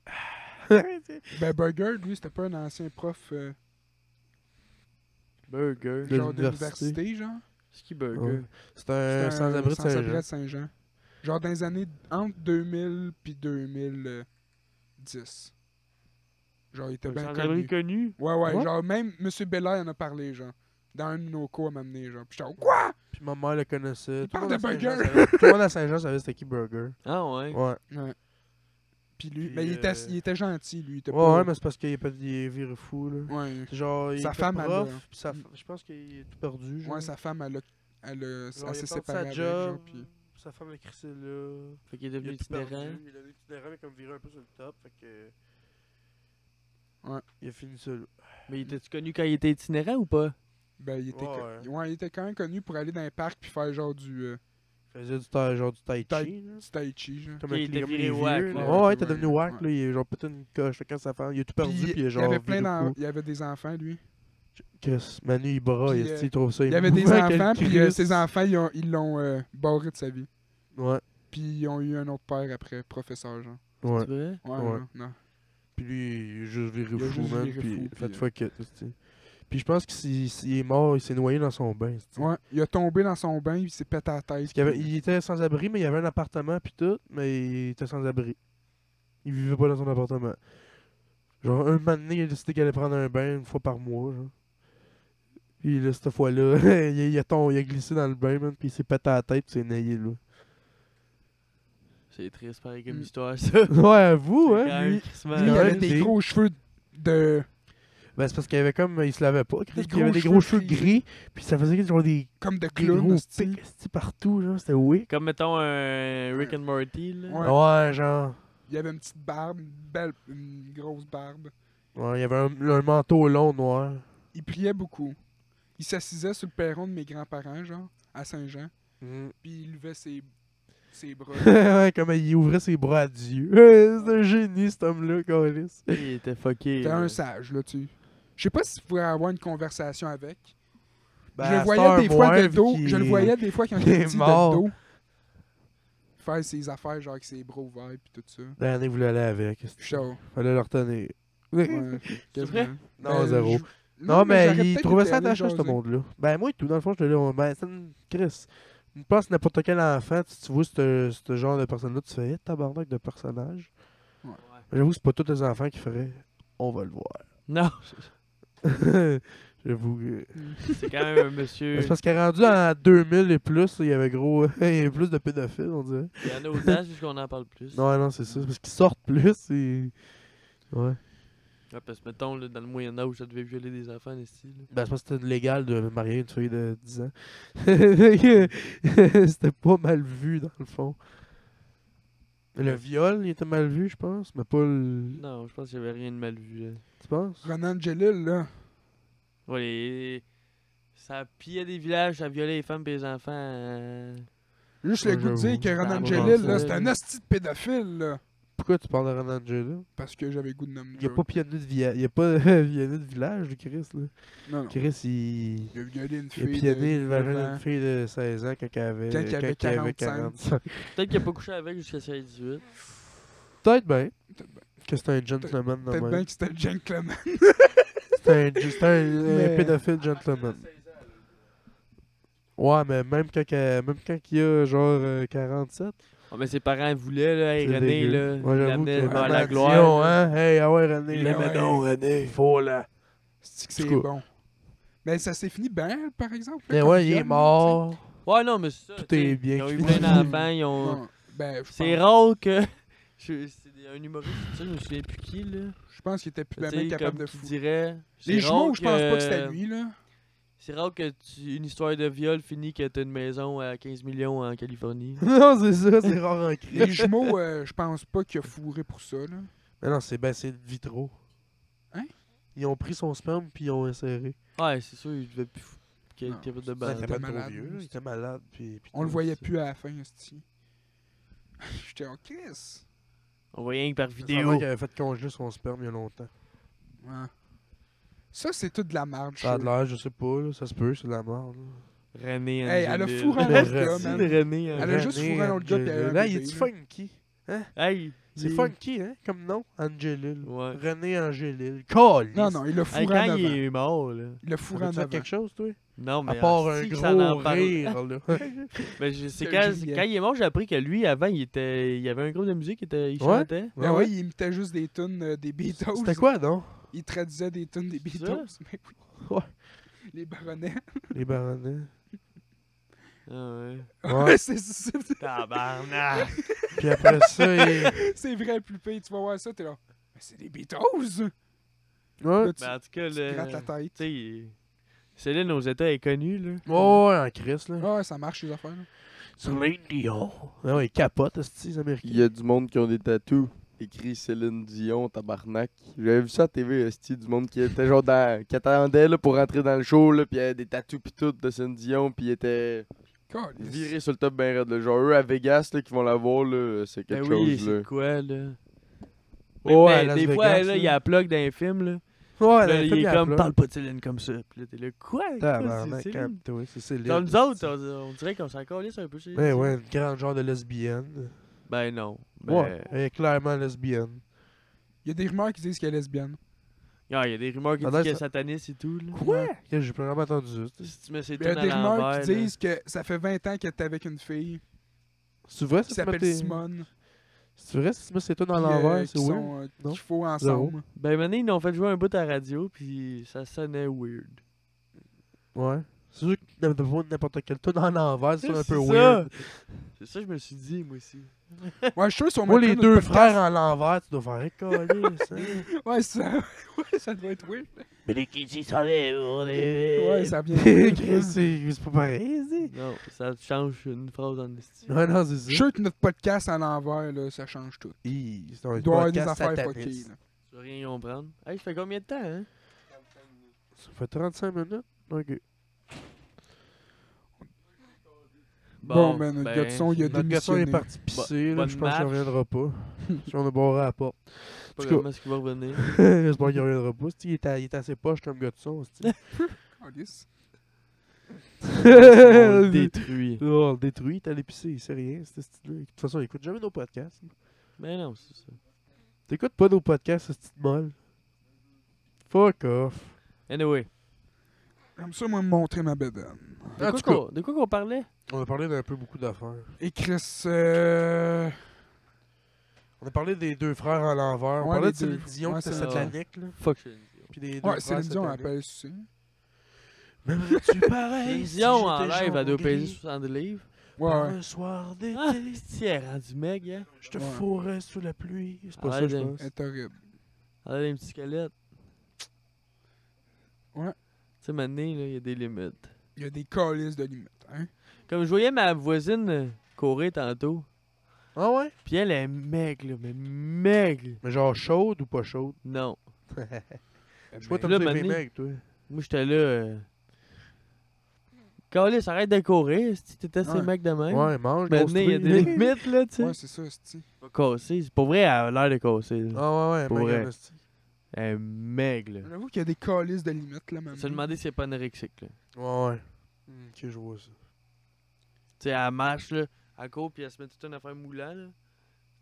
S1: Ben, Burger, lui, c'était pas un ancien prof, euh,
S3: Burger.
S2: De
S1: genre
S2: l'université.
S1: d'université, genre.
S3: Ski Burger.
S2: Ah Ouais. C'est un
S1: C'était un
S2: sans-abri de Saint-Jean.
S1: de Saint-Jean. Genre dans les années entre 2000 puis 2010. Genre, il était
S3: Un
S1: bien
S3: sans-abri
S1: connu.
S3: connu.
S1: Ouais, ouais,
S2: Ah Ouais.
S1: genre même M. Belair en a parlé, genre. Dans un de nos cours, à m'amener, genre. Puis j'étais comme, quoi?
S2: Puis ma mère le connaissait.
S1: Il
S2: Tout le
S1: parle
S2: monde
S1: de
S2: à Saint-Jean
S1: burger.
S2: savait- Tout le monde à Saint-Jean savait c'était qui burger.
S1: [laughs]
S3: Ah ouais.
S2: Ouais.
S1: Ouais. Puis lui,
S3: Puis,
S1: mais il, était,
S3: euh,
S1: il était gentil, lui. Il était
S2: Ouais,
S1: pas...
S2: ouais, mais c'est parce qu'il est, pas- il est viré fou, là.
S1: ouais.
S2: Genre, il
S1: Sa
S2: était
S1: femme, elle
S2: prof,
S1: l'a-
S2: puis sa f- je pense qu'il est tout perdu. genre.
S1: Ouais, sa femme, elle a. Elle, a- elle
S2: Genre, il
S1: s'est
S2: a perdu
S1: séparée
S2: sa
S1: avec,
S2: job,
S1: genre, puis...
S2: sa femme a crissé là.
S3: Fait qu'il est
S2: Il
S3: devenu
S2: a tout
S3: itinérant.
S2: perdu, il a devenu itinérant, mais comme viré un peu sur le top, fait que...
S1: Ouais.
S2: Il a fini ça, là.
S3: Mais il était-tu connu quand il était itinérant ou pas?
S1: Ben, il était, co-
S2: Ouais.
S1: ouais, il était quand même connu pour aller dans les parcs puis faire genre du, euh,
S2: Il faisait du ta- genre du tai
S1: Tai-
S2: chi, là.
S1: du tai chi, genre.
S2: Comme
S3: Il
S2: avec
S3: était
S2: les, comme
S3: viré
S2: les
S3: whack,
S2: vieux,
S3: là.
S2: là. Ouais, ouais, t'es
S1: Ouais.
S2: devenu whack,
S1: Ouais.
S2: là. Il a genre pété une coche, fait quand sa femme... Il a tout perdu, puis, il
S1: il
S2: a genre...
S1: y avait plein
S2: viré
S1: d'en-
S2: fou.
S1: il y avait des enfants, lui.
S2: Chris, Manu, il braille,
S1: Puis,
S2: est-ce
S1: euh,
S2: qu'il trouve ça
S1: Il y avait des
S2: émouvant que le
S1: enfants, puis euh,
S2: Christ.
S1: ses enfants, ils ont- ils l'ont euh, barré de sa vie.
S2: Ouais,
S1: Puis ils ont eu un autre père après, professeur, genre.
S2: ouais.
S3: C'est vrai?
S1: Ouais,
S2: Ouais.
S1: non, non.
S2: Puis lui, il est juste viré
S1: Il a
S2: fou,
S1: juste
S2: man.
S1: viré
S2: Puis
S1: fou,
S2: fait
S1: puis, euh,
S2: fuck it, tu sais. Puis je pense que s'il s'il est mort, il s'est noyé dans son bain. tu sais.
S1: Ouais, il a tombé dans son bain, il s'est pété la tête.
S2: Parce qu'il avait- il était sans abri, mais il avait un appartement, puis tout, mais il était sans abri. Il vivait pas dans son appartement. Genre, un moment donné, il a décidé qu'il allait prendre un bain une fois par mois, genre. Puis là, cette fois-là, [laughs] il, a- il, a tom- il a glissé dans le bain, man, puis il s'est pété la tête, puis il s'est naillé, là. [laughs]
S3: C'est triste pareil comme
S1: Mm.
S3: histoire ça. [laughs]
S2: Ouais, vous, hein? lui.
S1: Lui,
S2: Ouais,
S1: il avait
S2: ouais,
S1: des
S2: c'est-
S1: gros cheveux de.
S2: Ben, c'est parce qu'il avait comme. Il se lavait pas,
S1: Des
S2: Chris. Il
S1: gros
S2: avait des gros
S1: cheveux
S2: cheveux gris, puis ça faisait genre des
S1: comme de
S2: des
S1: clown.
S2: gros
S1: hostie.
S2: pics esti, partout, genre, c'était weird.
S3: Comme mettons un Rick and Morty là.
S1: Ouais.
S2: Ouais. genre.
S1: Il avait une petite barbe, une belle, une grosse barbe.
S2: Ouais, il y avait un, un manteau long noir.
S1: Il priait beaucoup. Il s'assisait sur le perron de mes grands-parents, genre, à Saint-Jean.
S2: Mm.
S1: Puis il levait ses, ses
S2: [laughs]
S1: bras.
S2: ouais, comme il ouvrait ses bras à Dieu. [laughs] Ouais, C'est un génie, cet homme-là, Carlis.
S3: Il était fucké.
S1: C'était
S3: là.
S1: un sage, là, tu. Je sais pas si tu pouvais avoir une conversation avec.
S2: Ben,
S1: je le
S2: à
S1: voyais
S2: Star
S1: des fois de
S2: Moine,
S1: dos.
S2: qui-
S1: Je le voyais des
S2: [laughs]
S1: fois quand
S2: qui
S1: il était
S2: est
S1: petit
S2: mort.
S1: de dos. Faire ses affaires, genre avec ses bras ouverts pis tout ça.
S2: Ben, il voulait aller avec. esti.
S1: Je suis chaud.
S2: Fallait le retenir.
S1: [laughs] Ouais,
S3: vrai?
S1: quasiment.
S2: Non,
S1: Ben,
S2: zéro.
S1: je-
S2: Non, mais,
S1: j'aurais
S2: il
S1: peut-être
S2: trouvait
S1: été
S2: ça
S1: allé
S2: attachant, ce
S1: jaser.
S2: monde-là. Ben, moi et tout, dans le fond, j'étais là. on- Ben, c'est une crise. Je pense que n'importe quel enfant, si tu vois ce ce genre de personne-là, tu fais Eh, tabarnak de personnage.
S3: Ouais.
S2: J'avoue, que c'est pas tous les enfants qui feraient On va le voir.
S3: [laughs] Non,
S2: [laughs] J'avoue. que-
S1: Euh.
S3: c'est quand même un monsieur.
S2: C'est parce qu'il est rendu en 2000 et plus, il y avait gros. [laughs] il y avait plus de pédophiles, on dirait.
S3: Il y en a autant, c'est juste qu'on en parle plus.
S2: Non, non, c'est ça. c'est Parce qu'ils sortent plus et. Ouais.
S3: Ouais, parce que mettons, là, dans le Moyen-Âge, ça devait violer des enfants ici. là.
S2: Ben, je pense que c'était légal de marier une fille de 10 [laughs] ans. c'était pas mal vu, dans le fond. Le viol, il était mal vu, je pense, mais pas le.
S3: Non, je pense qu'il y avait rien de mal vu. Là.
S2: Tu penses?
S1: Ronan Jalil, là.
S3: Ouais, les- ça pillait des villages, ça violait les femmes et les enfants. euh,
S1: Juste le
S2: Ouais,
S1: goût de dire
S2: j'avoue.
S1: que Ronan
S3: Ah,
S1: Jalil,
S3: bon,
S1: là,
S3: ça,
S1: c'est un
S3: là.
S1: hostie de pédophile, là.
S2: Pourquoi tu parles de Renan Jada?
S1: Parce que j'avais le goût de nommer.
S2: Il n'y a
S1: Joe.
S2: pas Pianu de village. Il n'y a pas [laughs] Pianu de village, le Chris. Là.
S1: Non, non.
S2: Chris, il.
S1: Il a violé une
S2: Il a
S1: fille.
S2: piané
S1: de
S2: le vagin
S1: 19 ans.
S2: d'une fille de 16 ans quand elle avait,
S1: Quand elle avait
S2: quand elle
S1: 45.
S2: 45.
S3: Peut-être qu'il a pas couché avec jusqu'à ses 18.
S2: Peut-être bien
S1: Peut-être bien.
S2: que c'était un gentleman. de
S1: Peut-être
S2: même.
S1: bien que c'était le gentleman.
S2: C'était un, c'était un-
S1: [laughs]
S2: un
S1: Mais-
S2: pédophile gentleman. Ouais, mais même quand, qu'elle- même quand il a genre euh, 47.
S3: Ah, mais ses parents voulaient, là, hey,
S2: C'est
S3: René,
S2: dégueu.
S3: là,
S2: Ouais,
S3: il
S2: j'avoue
S3: l'amenait
S2: que-
S3: vers
S2: Renan
S3: la gloire.
S2: Dion, hein? Hey, ah ouais, René.
S1: Il l'aimait donc,
S2: René. Faut là.
S1: C'est que c'est
S2: En tout cas.
S1: bon. Mais ça s'est fini bien, là, par exemple. là,
S2: Mais
S1: comme
S2: ouais, il
S1: viol,
S2: est
S1: là,
S2: mort.
S3: Ouais, non, mais c'est ça.
S2: Tout
S3: tu sais,
S2: est bien
S3: Ils ont eu
S2: fini.
S3: plein d'enfants, ils
S1: tu sais.
S3: ont.
S1: Non, ben, je
S3: C'est
S1: pense,
S3: rare que. [laughs] je- C'est un humoriste, tu sais, je me souviens plus qui, là.
S1: je pense qu'il était plus bien
S3: Tu sais,
S1: capable
S3: comme
S1: de
S3: tu
S1: fou.
S3: dirais. c'est
S1: Les jumeaux,
S3: rare
S1: je pense pas que c'était
S3: que-
S1: lui, là.
S3: C'est rare que tu- une histoire de viol finit que t'as une maison à 15 millions en Californie.
S2: [laughs] non, c'est ça, [laughs] c'est rare en cri.
S1: Les jumeaux, euh, je pense pas qu'il a fourré pour ça, là.
S2: Mais non, c'est ben, c'est de vitro.
S1: Hein?
S2: Ils ont pris son sperme puis ils ont inséré.
S3: Ouais, c'est sûr, il devait plus qu'il
S1: Non,
S3: était capable de
S1: Ben,
S2: Ouais,
S1: il
S3: battre.
S2: était
S1: était
S2: pas trop
S1: malade,
S2: vieux,
S1: là,
S2: là, il était malade. Puis, puis
S1: On le
S2: tout,
S1: voyait
S2: ça.
S1: plus à la fin, esti. [laughs] J'étais en crise.
S3: On voit rien que par
S2: Vidéo.
S3: vidéo.
S2: qui avait fait congeler son sperme il y a longtemps.
S1: Ouais. Ça, c'est tout de la merde,
S2: Ça a de
S1: je
S2: l'air, je sais pas, là, ça se peut, c'est de la merde. là.
S3: René,
S1: Hey, elle a
S3: Angelil. [laughs]
S1: fourré
S2: un autre gars, man.
S3: René,
S1: Elle a
S3: Angelil.
S1: juste
S2: René,
S1: fourré un autre gars, puis elle a eu un
S2: Angelil. Là,
S1: bébé,
S2: il est
S1: là.
S2: funky.
S3: Hey,
S2: C'est
S3: il-
S2: funky, hein, comme nom? Angelil.
S3: Ouais.
S2: René Angelil. Call!
S1: Non, non, il l'a fourré
S3: Hey,
S1: en
S3: quand
S1: avant.
S3: il est mort, là.
S1: Il l'a
S2: Tu
S1: fourré
S2: fait
S1: en avant.
S2: quelque chose, toi?
S3: Non, mais.
S2: à part
S3: ah,
S2: un
S3: si que ça en
S2: gros
S3: parle.
S2: rire, là.
S3: Ben, je- c'est
S1: Que
S3: quand,
S1: Julien.
S3: quand il est mort, j'ai appris que lui, avant, il était, il avait un groupe de musique, il, était, il
S2: Ouais.
S3: chantait.
S1: Ben ouais, il imitait juste des tunes euh, des Beatles.
S2: C'était quoi, non?
S1: Il traduisait des tunes des
S3: C'est
S1: Beatles. Mais oui.
S2: Ouais.
S1: Les baronnets.
S2: Les baronnets.
S3: Ah ouais.
S2: Ouais.
S1: [laughs] c'est, c'est, [laughs]
S3: Tabarnak!
S2: Puis après ça, il...
S1: c'est- c'est vrai, plus pire. Tu vas voir ça, t'es là. Mais c'est des Beatles!
S2: Ouais,
S1: Là, tu,
S3: ben, en tout cas,
S1: tu te
S3: le.
S1: grattes la
S3: Tu
S1: tête.
S3: sais, il- Céline aux États est connue, là.
S2: ouais, ouais, en crise, là.
S1: Ah, ouais, ça marche, les affaires. là.
S2: Sur l'Indion. Non, il capote, ce les Américains.
S4: Il y a du monde qui ont des tatous. Écrit Céline Dion, tabarnak. J'avais vu ça à TV, esti, du monde qui était genre dans... qui attendait là, pour rentrer dans le show, là, pis il y avait des tatous pis tout de Céline Dion, pis il était
S1: Calisse.
S4: viré sur le top ben raide. là. Genre eux à Vegas, là, qui vont la voir, là, c'est quelque
S3: ben oui,
S4: chose, là.
S3: c'est quoi, là? Mais,
S2: Ouais,
S3: mais
S2: à Las
S3: des
S2: Vegas,
S3: fois,
S2: là.
S3: là, il y a la plug d'un film, là.
S2: Ouais,
S3: Là, il est comme,
S2: comme
S3: parle pas de Céline comme ça. Puis là, t'es là, quoi? quoi, c'est
S2: Tabarnak,
S3: Céline?
S2: calme-toi, c'est Céline.
S3: Dans nous autres, on, on dirait qu'on s'en calisse un peu. Céline.
S2: Ben ouais, une grande genre de lesbienne.
S3: Ben non. Ben,
S2: Ouais, elle est clairement lesbienne.
S1: Il y a des rumeurs qui disent qu'elle est lesbienne.
S3: Ah, il y a des rumeurs qui
S2: Ah,
S3: disent
S2: ben,
S3: qu'elle est
S2: ça-
S3: sataniste et tout, là.
S1: Quoi?
S2: Ok, J'ai pas vraiment entendu ça.
S3: Si tu mets ses
S1: Il y a
S3: tonnes à
S1: des rumeurs
S3: l'envers,
S1: qui
S3: là.
S1: disent que ça fait 20 ans qu'elle était avec une fille
S2: C'est vrai, ça
S1: qui
S2: tu mets
S1: s'appelle
S2: tes-
S1: Simone.
S2: C'est vrai, si tu mets c'est tout dans
S1: puis, euh,
S2: l'envers, c'est
S1: qui
S2: weird.
S1: sont, euh,
S2: Non?
S1: Qu'il faut
S2: [laughs]
S1: ensemble.
S3: Ben maintenant, ils l'ont fait jouer un bout à la radio, puis ça sonnait weird.
S2: Ouais. C'est sûr que de voir n'importe quel tout dans l'envers, c'est un
S3: C'est
S2: peu
S3: ça.
S2: weird.
S3: C'est ça que je me suis dit, moi aussi.
S1: Ouais, je suis sûr qu'ils sont
S2: Moi,
S1: même
S2: les
S1: pas
S2: deux
S1: notre
S2: frères en l'envers, tu dois faire hein. écoller,
S1: [laughs]
S2: ça.
S1: podcast. [laughs] Ouais, ça... ouais, ça doit être weird.
S3: Mais les kitschis sont les
S1: Ouais, ça
S2: [laughs]
S1: vient.
S2: [laughs] Chris, c'est c'est pas pareil, c'est.
S3: Non, ça change une phrase en esti.
S2: Ouais, non, c'est ça.
S1: Je suis sûr que notre podcast à l'envers, là, ça change tout.
S2: Hi, C'est un
S1: Il doit y avoir des
S2: podcast
S1: affaires
S2: sataniste.
S1: fuckées. là.
S3: Tu vas rien y comprendre. Hey, ça fait combien de temps, hein?
S2: Ça fait 35 minutes? Ok.
S1: Bon, man, notre gars de son, il y a
S2: ben, Notre garçon
S1: démissionné.
S2: est parti pisser, là,
S3: bonne
S2: je pense qu'il
S3: marche.
S2: reviendra pas.
S1: [laughs]
S2: si on a barré à la porte. [laughs] en
S3: Pas
S2: tout cas.
S3: comment est-ce qu'il
S1: [laughs]
S3: va revenir.
S2: J'espère qu'il reviendra pas. c'est-tu, Il est, à- il est assez poche comme gars de son. c'est-tu.
S1: Calisse.
S2: on
S3: On le [laughs] détruit.
S2: Oh, on le détruit, t'as l'épicerie, c'est rien. c'est- c'est- De toute façon, il écoute jamais nos podcasts.
S3: Mais Ben non, c'est ça.
S2: T'écoutes pas nos podcasts, ce petit molle. Fuck off.
S3: Anyway.
S1: Comme ça, moi, me montrer ma bedaine.
S3: De
S2: En
S3: quoi
S2: tout cas.
S3: qu'on- de quoi qu'on parlait?
S2: On a parlé d'un peu beaucoup d'affaires.
S1: Et Chris, euh...
S2: On a parlé des deux frères à l'envers. On
S1: Ouais,
S2: parlait
S1: les
S2: de Céline
S1: deux.
S2: Dion
S1: Ouais,
S2: qui était
S3: c'est ça.
S2: satanique. Là.
S3: Fuck.
S2: Puis des deux
S1: Ouais,
S2: frères
S1: Céline Dion, elle
S2: sataniques.
S1: appelle ici.
S2: M'aimerais-tu pareil si
S3: Vision en
S2: j'étais
S3: live, elle doit
S2: jaune
S3: payer
S2: gris
S3: 60 livres.
S1: Ouais,
S2: par
S1: ouais.
S2: Un soir d'été,
S3: Ah, si elle est rendue meg, hein?
S2: je te
S1: Ouais.
S2: fourrais sous la pluie. C'est pas
S3: Ah,
S2: ça, je
S3: j'ai-
S2: pense.
S1: Elle est horrible.
S3: Elle a une petite squelette.
S1: Ouais.
S3: Tu sais, maintenant, là, il y a des limites.
S1: Il y a des calices de limites, hein.
S3: Comme je voyais ma voisine euh, courir tantôt.
S2: Ah ouais?
S3: Puis elle est maigre, là, mais maigre.
S2: Mais genre chaude ou pas chaude?
S3: Non.
S2: Je sais pas,
S1: Ben,
S2: t'as
S3: là,
S2: les
S3: Mané-
S2: mecs, toi.
S3: Moi, j'étais là. euh, Calais, arrête de courir. Si t'étais ces
S1: Ouais.
S3: mecs de même.
S2: Ouais, mange,
S3: Maintenant, il y a des
S2: [laughs] construis.
S3: limites, là, tu sais.
S1: Ouais, c'est ça, c'est
S3: Pas cassé. C'est pour vrai, elle a l'air de casser. là.
S2: Ah ouais, ouais,
S3: Pour
S2: mais
S3: vrai.
S2: regarde, esti.
S3: Elle est maigre, là.
S1: J'avoue qu'il y a des calices de limites, là, même.
S3: Se demander si elle est pas anorexique, là.
S2: Ouais, ouais. Ok, je vois ça.
S3: Tu sais, elle marche, là, à court, puis elle se met toute une affaire moulant, là.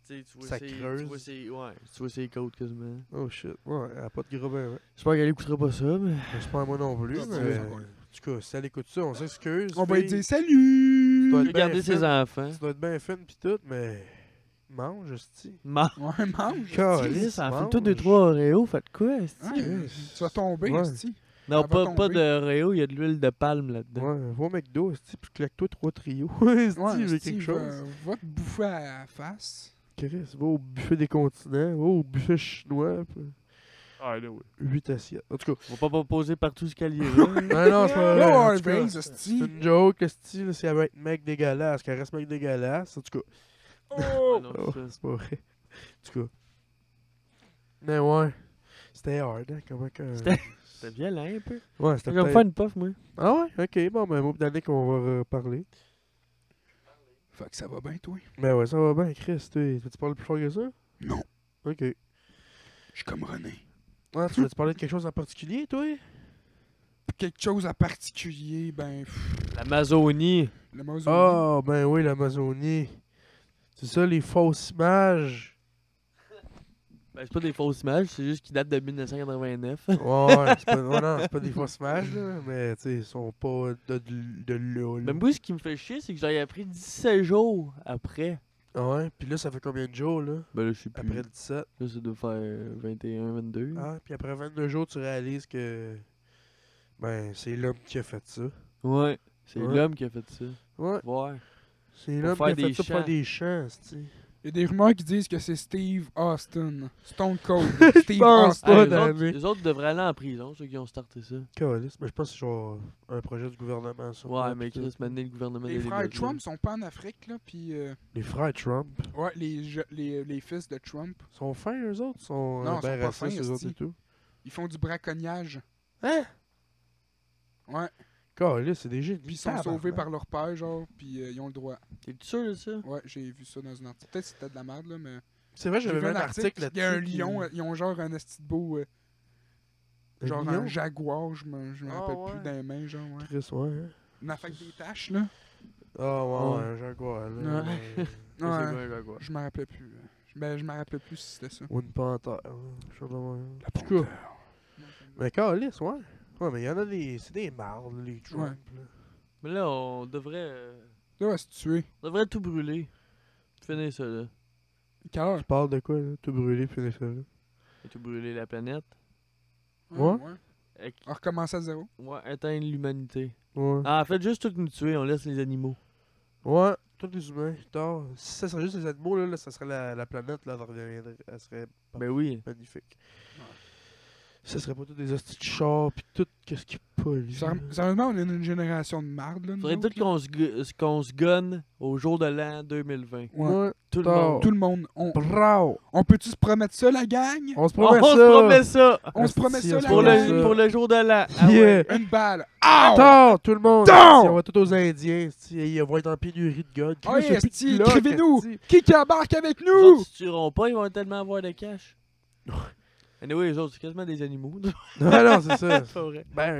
S3: Tu sais, tu vois
S2: Ça
S3: ses...
S2: creuse.
S3: Tu vois ses... Ouais, tu vois ses côtes, quasiment.
S2: Oh shit. Ouais, elle a pas de gros ben, ouais.
S3: J'espère qu'elle écoutera pas ça, mais...
S2: Ben, J'espère moi non plus,
S1: Ouais,
S2: mais.
S1: c'est-
S2: En tout cas, si elle écoute ça, on s'excuse.
S1: On va
S2: fille.
S1: lui dire salut!
S2: Ouais, ben,
S3: Regardez ses
S2: fine.
S3: enfants.
S2: Tu dois être bien fun pis tout, mais. Mange, esti.
S3: Ma...
S1: Ouais, mange!
S2: Calisse,
S3: Calisse, elle fait tout
S2: mange.
S3: deux, trois Oreos, faites quoi, esti?
S1: Ouais, tu vas tomber,
S2: Ouais.
S1: esti.
S3: Non,
S1: va
S3: pas, pas
S1: tomber.
S3: de Oreo, il y a de l'huile de palme là-dedans.
S2: Ouais, va au McDo, esti, pis claque-toi trois trios. [laughs] esti,
S1: Ouais,
S2: j'ai
S1: esti,
S2: quelque chose.
S1: va, va te bouffer à la face.
S2: Chris, va au buffet des continents, va au buffet chinois. Pis...
S3: Ah, là, oui.
S2: 8 assiettes. En tout cas. Ah,
S3: Faut pas proposer partout ce qu'elle y est. Ah
S2: Non, non, c'est pas vrai.
S1: Là,
S2: en tout cas,
S1: Harvey,
S2: C'est
S1: esti.
S2: une joke, esti, là, si elle veut être mec dégueulasse, qu'elle reste mec dégueulasse. En tout cas.
S1: Oh!
S3: non,
S2: Oh,
S3: c'est ça.
S2: c'est pas vrai. [laughs] En tout cas. Mais ouais. C'était hard, hein, comment que.
S3: C'était- C'était violent, un peu.
S2: Ouais,
S3: Je
S2: c'était
S3: vais me
S2: peut-être-
S3: faire une puff, moi.
S2: Ah ouais, ok, bon, ben, moi, d'année qu'on va reparler.
S1: Fait que ça va bien, toi?
S2: Ben ouais, ça va bien, Chris, tu tu parler plus fort que ça?
S1: Non.
S2: Ok.
S1: Je suis comme René.
S2: Ah, tu veux-tu parler de quelque chose en particulier, toi?
S1: Quelque chose en particulier, ben, pff,
S3: L'Amazonie.
S1: le Mazoni.
S2: Ah, ben oui, l'Amazonie. C'est ça, les fausses images.
S3: Ben, c'est pas des fausses images, c'est juste qu'ils datent de 1989.
S2: Ouais, ouais, c'est pas, ouais, non, c'est pas des fausses images, là, mais tu sais, ils sont pas de, de, de là, là.
S3: Mais moi, ce qui me fait chier, c'est que j'en ai appris 17 jours après.
S2: Ah ouais, pis là, ça fait combien de jours, là?
S3: Ben là, je suis plus.
S2: Après 17.
S3: Là, ça doit faire euh, 21, 22.
S2: Ah, puis après 22 jours, tu réalises que. Ben, c'est l'homme qui a fait ça.
S3: Ouais. C'est
S2: Ouais.
S3: l'homme qui a fait ça.
S2: Ouais,
S3: Ouais.
S2: c'est l'homme qui
S3: faire
S2: a fait
S3: des
S2: ça pour
S3: chants.
S2: des chants, tu
S1: Il y a des rumeurs qui disent que c'est Steve Austin. Stone
S2: [laughs]
S1: Cold. Steve
S2: pense
S1: Austin.
S2: pas,
S3: Ah, les,
S2: Dan,
S3: autres,
S2: mais-
S3: les autres devraient aller en prison, ceux qui ont starté ça.
S2: Calice, mais je pense que c'est genre un projet du gouvernement, ça.
S3: Ouais, mais
S2: putain.
S3: Chris, maintenant, le gouvernement
S1: Les
S3: de
S1: frères
S3: l'Église, là.
S1: Trump sont pas en Afrique, là, puis euh,
S2: Les frères Trump
S1: ouais, les, je- les, les fils de Trump,
S2: sont fins, eux autres? Sont
S1: Non, ils
S2: euh,
S1: sont
S2: ben
S1: pas
S2: racistes,
S1: fins,
S2: eux autres
S1: esti.
S2: et tout.
S1: ils font du braconnage.
S2: Hein?
S1: Ouais,
S2: Calice, c'est des génies.
S1: puis ils sont sauvés par leur père, genre, puis euh, ils ont le droit.
S3: T'es sûr de ça?
S1: Ouais, j'ai vu ça dans une article. Peut-être que c'était de la merde, là, mais...
S2: C'est vrai,
S1: J'ai
S2: j'avais
S1: vu
S2: vu un article
S1: Il
S2: là-dessus.
S1: y a un
S2: qui-
S1: lion, euh, ils ont genre un esti de beau... euh,
S2: Un
S1: genre
S2: lion?
S1: un jaguar, je me je me
S2: Ah,
S1: rappelle
S2: ouais.
S1: plus, dans les mains, genre, ouais.
S2: Chris, ouais. hein.
S1: Une affaire avec des taches, là.
S2: Ah, ouais, ouais,
S3: Ouais.
S2: un jaguar, là.
S1: Ouais.
S2: ouais.
S3: C'est quoi,
S1: Ouais,
S3: un jaguar?
S1: je me rappelais plus. euh. Ben, je me rappelais plus si c'était ça.
S2: Ou une panthère, hein, je sais pas. ouais.
S1: La
S2: En tout cas, Mais Carlis, ouais. Ouais, mais il y en a des. C'est des mardes, les Trump. là.
S3: Mais là, on devrait. euh,
S1: Là, on va se tuer.
S3: on devrait tout brûler. Finis ça, là.
S1: Quelle heure?
S2: Tu parles de quoi, là Tout brûlé, puis ça, là.
S3: Et tout brûler la planète.
S2: Ouais.
S3: Ec-
S1: On recommence à zéro.
S3: Ouais, éteindre l'humanité.
S2: Ouais.
S3: Ah, en fait, juste tout nous tuer, on laisse les animaux.
S2: Ouais, tous les humains, tard. Si ça serait juste les animaux, là, là, ça serait la, la planète, là, elle reviendrait. Elle serait
S3: Ben oui.
S2: magnifique.
S1: Ouais.
S2: Ça serait pas tous des hosties de chars, pis tout, qu'est-ce qui pollue. là.
S1: Sérieux- Sérieusement, on est une génération de marde, là. nous
S3: Faudrait
S1: autres,
S3: tout qu'on se gu- euh, qu'on se gonne au jour de l'an 2020.
S1: là. Ouais.
S2: Ouais,
S3: Tout le
S2: Tard.
S3: monde.
S1: Tout le monde. On,
S2: bravo!
S1: on peut-tu se promettre ça, la gang?
S2: On se
S3: Oh, On,
S2: promet ça!
S3: se promet ça!
S1: On se promet
S2: Asti,
S1: ça,
S2: on se
S1: la
S3: Pour
S2: promet
S1: gang?
S2: ça.
S3: le, pour le jour de l'an. Ah
S2: Yeah!
S1: Une balle. Ow!
S2: Tard, tout le monde!
S1: Tard!
S2: Asti, On va tout aux Indiens, asti, et ils vont être en pénurie de God.
S1: Oh, esti, écrivez-nous! Qui qui embarque avec
S3: Les
S1: nous?
S3: autres, ils se tueront pas, ils vont tellement avoir de cash. Anyway, les autres, c'est quasiment des animaux. [laughs]
S2: Non, non, c'est
S1: [laughs]
S2: ça.
S3: C'est pas vrai.
S2: Ben,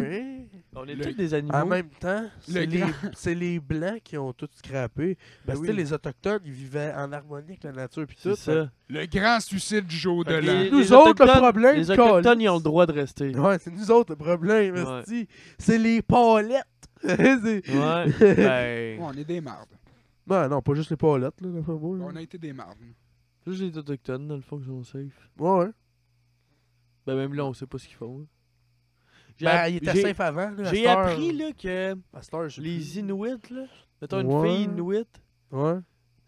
S2: hein,
S3: On est
S1: Le-
S3: tous des animaux.
S2: en même temps, c'est les,
S1: grand-
S2: c'est les Blancs qui ont tout scrappé. Parce que
S1: oui.
S2: tu sais, les Autochtones, ils vivaient en harmonie avec la nature. Puis tout.
S3: Ben c'est ça.
S1: Le grand suicide du jour de
S3: Fait que
S1: l'an.
S3: les-
S2: Nous autres, le
S3: Autochtones-
S2: problème,
S3: Les autochtones,
S2: câlisse.
S3: ils ont le droit de rester.
S2: Ouais, c'est nous autres le problème,
S3: Ouais.
S2: esti. C'est les palettes. [laughs] C'est-
S3: [laughs] Ouais.
S1: Ouais,
S3: ben.
S1: on est des mardes.
S2: Ben Non, non, pas juste les palettes, là, d'après moi. là.
S1: On a été des mardes.
S3: Juste les autochtones, dans le fond, qui sont safe.
S2: Ouais, ouais.
S3: Ben, même là, on sait pas ce qu'ils font. hein. J'ai
S2: Ben,
S3: app-
S2: il était
S3: j'ai-
S2: safe avant, là. à
S3: J'ai
S2: cette heure.
S3: appris, là, que
S2: À cette heure, je sais plus.
S3: les Inuits, là. Mettons une
S2: Ouais.
S3: fille Inuit,
S2: Ouais.